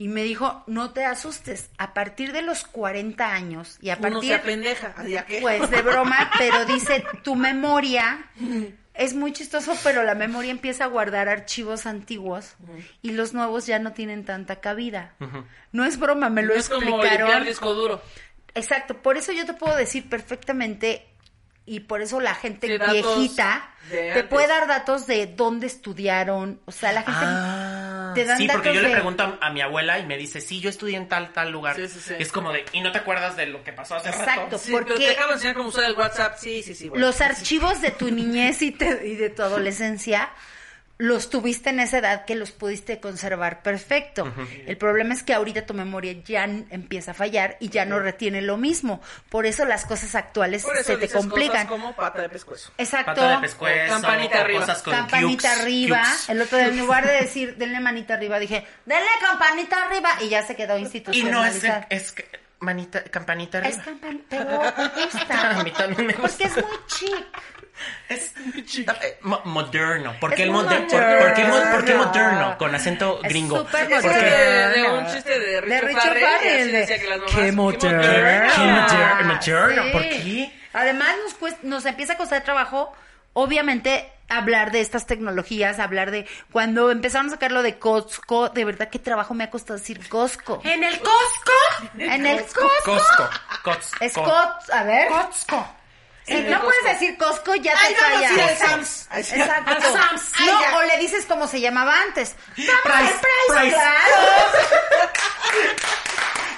D: y me dijo, no te asustes, a partir de los 40 años y a
B: Uno se
D: partir
B: apendeja. ¿Ah, ya qué?
D: pues de broma, pero dice, tu memoria es muy chistoso, pero la memoria empieza a guardar archivos antiguos y los nuevos ya no tienen tanta cabida. No es broma, me lo
B: es como limpiar
D: explicaron.
B: disco duro.
D: Exacto, por eso yo te puedo decir perfectamente y por eso la gente
B: De datos
D: viejita
B: de
D: te
B: antes.
D: puede dar datos de dónde estudiaron, o sea, la gente
C: Ah.
D: te dan
C: sí, porque
D: datos
C: yo le
D: de-
C: pregunto a, a mi abuela y me dice, sí, yo estudié en tal, tal lugar.
B: Sí, sí, sí.
C: Es como de, ¿y no te acuerdas de lo que pasó hace rato?
D: Exacto,
B: Sí,
D: porque
B: pero te acabo de enseñar cómo usar el WhatsApp. Sí, sí, sí. bueno.
D: los archivos de tu niñez y, te- y de tu adolescencia los tuviste en esa edad que los pudiste conservar perfecto. El problema es que ahorita tu memoria ya n- empieza a fallar y ya no retiene lo mismo. Por eso las cosas actuales
B: Por eso
D: se te
B: dices cosas
D: complican.
B: como pata de pescuezo.
D: Exacto.
C: Pata de pescuezo,
B: Campanita
C: o
B: arriba.
C: cosas con
D: campanita
C: cukes,
D: arriba.
C: cukes.
D: El otro día, en lugar de decir denle manita arriba, dije denle campanita arriba y ya se quedó
C: Y no es,
D: institucionalizado.
C: es que- manita, campanita arriba.
D: Es campan- pero me gusta.
C: A mí también me gusta.
D: Porque es muy chic.
C: Es eh, mo- moderno. ¿Por qué
D: Es
C: el
D: muy
C: moderno? ¿Por, por qué, mo- por qué
D: moderno.
C: moderno? Con acento
D: Es
C: gringo.
D: súper
C: ¿Por qué?
B: Chiste
D: moderno.
B: de, de un chiste de Richard,
D: Richard Farrell,
B: Farrell. y así
D: de-
B: decía que las mamás,
G: ¡Qué
B: ¡Qué
G: moderno!
B: moderno!
C: Qué
D: Ah,
C: mater- materno,
D: sí.
C: ¿por qué?
D: Además nos cuesta- nos empieza a costar trabajo, obviamente, hablar de estas tecnologías, hablar de cuando empezaron a sacarlo de Costco, de verdad qué trabajo me ha costado decir Costco.
E: En el Eh, Costco.
D: En el Costco.
C: Costco. Costco.
D: Es Costco, a ver.
E: Costco.
D: Si no puedes decir Costco, ya te
G: Ay, vamos a ir al
D: callas.
G: Sams. Ay, sí.
D: Exacto.
E: Al Sam's.
D: No,
E: Ay, ya.
D: o le dices cómo se llamaba antes. Vamos al
C: Price,
D: Price,
C: Price.
D: claro.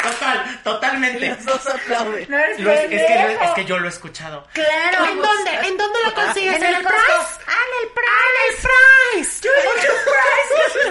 C: Total, totalmente.
G: Dos aplaudes.
D: No eres
C: Lo- es, que,
D: pendejo.
C: es que yo lo he escuchado.
D: Claro.
E: ¿En dónde? ¿En dónde lo consigues?
D: ¿En el Price? Ah, en el Price.
E: Price.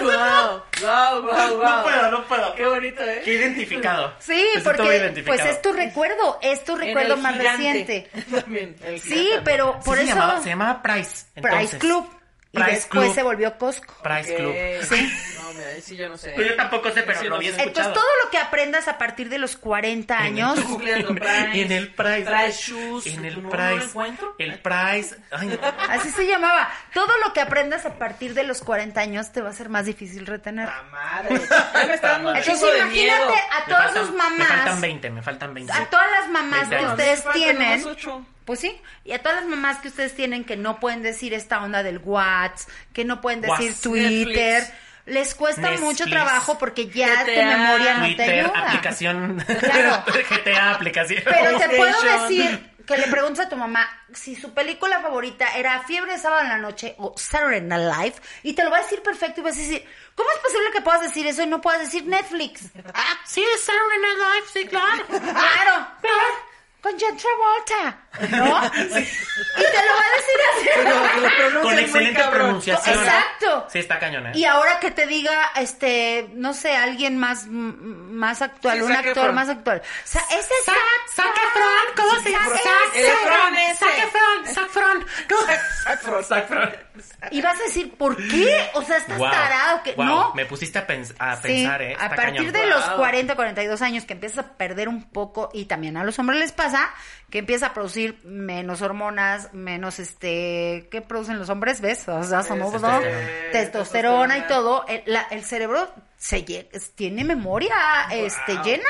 B: ¡Wow! ¡Wow, wow, wow!
C: No puedo, no puedo.
B: ¡Qué bonito, eh!
C: Qué identificado.
D: Sí,
C: Me siento muy
D: porque pues
C: identificado.
D: es tu recuerdo, es tu
B: En
D: recuerdo
B: el
D: más
B: gigante.
D: reciente.
B: También, el
D: Sí,
B: gigante.
D: pero
C: Sí,
D: por
C: se
D: eso
C: Llamaba, se llamaba Price.
D: Price
C: entonces.
D: Club y
C: Price
D: después
C: Club.
D: se volvió Costco.
C: Price Club.
B: Ok.
D: Sí.
B: No, mira, ahí sí yo no sé.
C: Pues yo tampoco sé, pero
B: Sí,
C: lo
B: no
C: había
B: sé.
C: escuchado.
D: Entonces todo lo que aprendas a partir de los 40 años,
B: Estoy googleando Price.
C: en el Price.
B: Price shoes.
C: En el
B: ¿No lo
C: Price.
B: encuentro?
C: El Price. Ay, no.
D: así se llamaba, todo lo que aprendas a partir de los 40 años te va a ser más difícil retener.
B: ¡La madre! Ya me está dando un
D: Entonces
B: chingo Ah, de miedo.
D: imagínate a
C: Me
D: todas
C: faltan-
D: sus
C: Me faltan
D: mamás,
C: 20, me faltan 20.
D: a todas las mamás que
C: Veinte.
D: ustedes
B: Faltan
D: tienen.
B: nomás ocho.
D: Pues sí, y a todas las mamás que ustedes tienen que no pueden decir esta onda del Whats, que no pueden decir
C: Whats.
D: Twitter,
B: Netflix.
D: les cuesta
C: Netflix.
D: mucho trabajo porque ya tu
B: GTA,
D: memoria no te
C: Twitter,
D: ayuda.
C: aplicación.
D: Claro.
C: GTA, aplicación.
D: Pero te puedo
B: PlayStation.
D: decir que le preguntes a tu mamá si su película favorita era Fiebre de Sábado en la Noche o Saturday Night Live y te lo va a decir perfecto y vas a decir, ¿cómo es posible que puedas decir eso y no puedas decir Netflix?
E: Ah, sí, es Saturday Night Live, sí, claro.
D: Claro,
E: Claro.
D: con John Travolta, ¿no? Y te lo va a decir así.
C: Con excelente pronunciación.
D: Exacto.
C: Sí, está cañón, ¿eh?
D: Y ahora que te diga, este, no sé, alguien más, m- más actual,
B: Sí,
D: un
B: Zac
D: actor
B: Efron.
D: más actual. Sa ese es
E: Sa-
D: Zac
E: Zac
D: Efron.
E: Efron, ¿cómo se llama?
D: Zac
E: Zac
B: Efron,
E: Efron,
B: ese.
E: Zac Efron, Zac Efron.
D: Y vas a decir, ¿por qué? O sea, estás
C: Wow.
D: tarado. Que,
C: Wow,
D: no.
C: Me pusiste a, pens- a
D: Sí,
C: pensar, ¿eh? Está
D: a partir
C: cañón.
D: de
C: Wow.
D: los 40, 42 años que empiezas a perder un poco, y también a los hombres les pasa, que empieza a producir menos hormonas, menos este, ¿qué producen los hombres? ¿Ves? O sea, somos dos,
C: Testosterona.
D: testosterona y todo, el, la- el cerebro se lle- tiene memoria este, llena.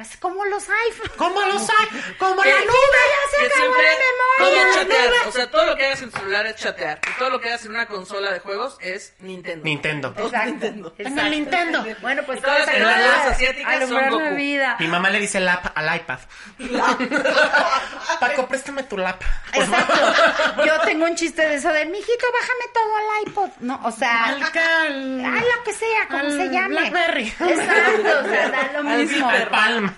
D: Así como los iPhones.
E: Como los hay, como
B: Que-
E: la
D: nube,
B: que
D: ya se acabó
B: siempre-
D: la
B: todo
D: memoria.
B: es
D: la
B: chatear.
D: nube.
B: O sea, todo lo que hagas en tu celular es chatear. Y todo lo que hagas en una consola de juegos es Nintendo.
C: Nintendo.
D: Exacto,
E: En el Nintendo.
D: Bueno, pues
B: Todas las
D: vamos a
B: telenovelas
D: acabar-
B: asiáticas son
D: alumbrar la
B: Goku.
D: vida.
C: Mi mamá le dice lap al iPad. Paco, préstame tu lap. por favor.
D: Exacto. Yo tengo un chiste de eso de, mijito, bájame todo al iPod. No, o sea,
E: Al
D: a
E: cal.
D: lo que sea, como
E: al
D: se llame.
E: Blackberry.
D: Exacto, o sea, da lo
B: Al
D: mismo.
B: Viper.
C: Palm.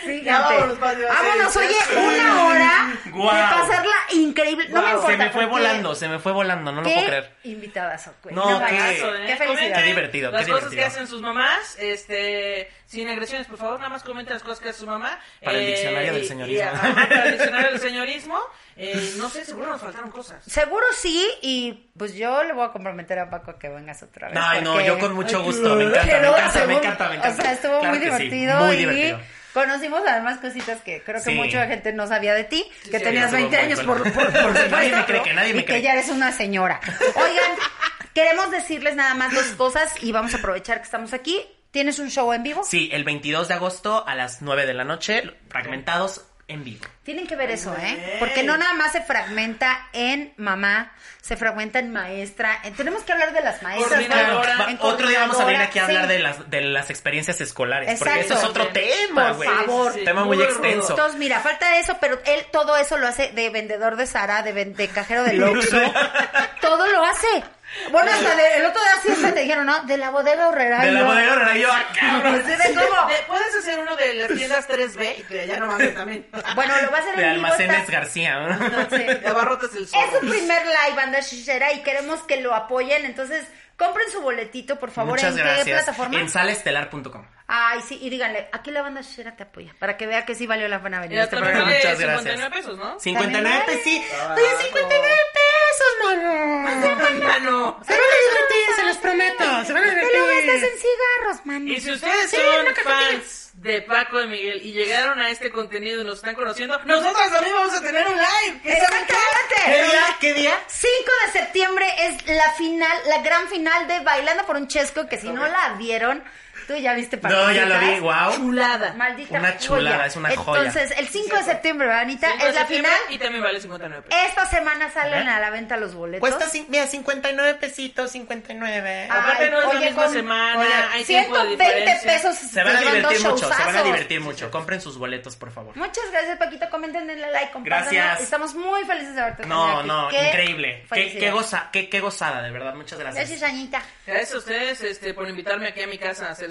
D: Sí,
G: Ya
D: gente.
G: vámonos, Pati, va a ser
D: Vámonos, oye,
G: intenso.
D: una hora
C: Guau.
D: de pasarla increíble. No me importa.
C: Se me fue
D: porque
C: volando, se me fue volando, no lo
D: qué
C: puedo creer.
D: invitadazo, güey.
C: No, qué-
D: vayas.
B: Eso, ¿eh?
D: qué felicidad.
B: Comenten
C: Qué divertido,
B: Las
C: qué
B: cosas
C: divertido.
B: que hacen sus mamás, este, sin agresiones, por favor, nada más comenten las cosas que hace su mamá. Eh,
C: Para el diccionario del
B: y- y-
C: señorismo.
B: ajá, para el diccionario del señorismo. Eh, no sé, seguro nos faltaron cosas.
D: Seguro sí, y pues yo le voy a comprometer a Paco a que vengas otra vez.
C: Ay, no,
D: porque-
C: yo con mucho gusto. Me encanta, me
D: Pero
C: encanta, me
D: según-
C: encanta, me encanta.
D: O sea, estuvo
C: Claro
D: muy
C: que sí,
D: divertido.
C: muy
D: y
C: divertido.
D: Conocimos además cositas que creo que
C: Sí.
D: mucha gente no sabía de ti, que
B: sí,
D: tenías
C: estuvo
D: 20
C: muy
D: años
C: bueno.
D: por, por, por
C: Nadie
D: supuesto,
C: me cree que nadie me
D: y
C: cree.
D: que ya eres una señora. Oigan, queremos decirles nada más dos cosas y vamos a aprovechar que estamos aquí. ¿Tienes un show en vivo?
C: Sí, el 22 de agosto a las 9 de la noche, fragmentados. en vivo.
D: Tienen que ver eso, ¿eh? Porque no nada más se fragmenta en mamá, se fragmenta en maestra. Eh, tenemos que hablar de las maestras.
B: Coordinadora.
D: ¿no?
C: Va-
D: En
C: otro día vamos a venir aquí a
D: coordinadora,
C: hablar de
D: sí.
C: las, de las experiencias escolares, porque
D: Exacto.
C: eso es otro tema,
D: Por
C: güey.
D: favor.
C: Tema muy
B: Muy
C: extenso.
D: Entonces, mira, falta eso, pero él todo eso lo hace de vendedor de Sara, de, ven- de cajero del Oxxo. todo lo hace. Bueno, hasta de- el otro día siempre te dijeron, ¿no? De la bodega horrera.
C: De
D: Y
C: la
D: yo,
C: bodega Herrera, yo, ah, cabrón.
D: pues, ¿sí ven cómo?
G: De- Puedes hacer uno de las tiendas 3B y que ya no mames también.
D: Bueno, lo va a hacer
C: De
D: en vivo.
C: almacenes
D: está-
C: García. ¿no?
D: Sí.
G: De abarrotes del sol.
D: Es su primer live, banda chichera, y queremos que lo apoyen. Entonces, compren su boletito, por favor.
C: Muchas
D: ¿En
C: gracias.
D: qué plataforma?
C: En salestelar.com.
D: Ay, sí, y díganle, aquí la banda chichera te apoya, para que vea que sí valió la pena venir
B: Y
D: a
B: hasta
D: este
B: me
D: programa.
C: muchas
B: vale
C: gracias.
B: 59 pesos, ¿no?
C: 59
D: vale.
C: pesos, sí. Oye, 59 pesos, mano.
B: Mano.
F: Se van a divertir, se los prometo. Se van a
D: Te lo gastas
F: divertir.
D: en cigarros, man.
B: Y si ustedes
F: Sí, una
B: son
F: cajetilla.
B: fans de Paco y Miguel y llegaron a este contenido y nos están conociendo, nosotros
G: también vamos a tener un live. ¿Qué saben qué?
C: ¿Qué
D: ¡Exactamente!
C: día? ¿Qué día?
D: 5 de septiembre es la final, la gran final de Bailando por un Chesco, que si no la vieron, tú ya viste para
C: No, ya lo vi, wow.
B: chulada.
D: Maldita
C: Una
D: joya.
C: chulada, es una joya.
D: Entonces, el 5 de septiembre, ¿verdad, Anita,
B: Cinco de
D: es la
B: septiembre
D: final.
B: Y también vale 59 pesos.
D: Esta semana salen a la venta los boletos.
F: Cuesta, cin- mira, 59 pesitos, 59.
C: Ah,
D: Ay,
B: Aparte no es la
D: oye,
B: misma semana, hay tiempo de
D: 120
B: diferencia.
D: pesos.
C: Se van a
D: llevan dos
C: divertir mucho, se van a
D: showzazos.
C: divertir mucho. Compren sus boletos, por favor.
D: Muchas gracias, Paquito. Comenten, denle like, compartan.
C: Gracias.
D: Estamos muy felices de haberte tenido
C: No,
D: aquí.
C: no,
D: Qué
C: increíble. Qué,
D: felicidad.
C: qué goza, qué, qué gozada, de verdad. Muchas gracias.
D: Gracias, Anita.
B: Gracias a ustedes este, por invitarme aquí a mi casa a hacer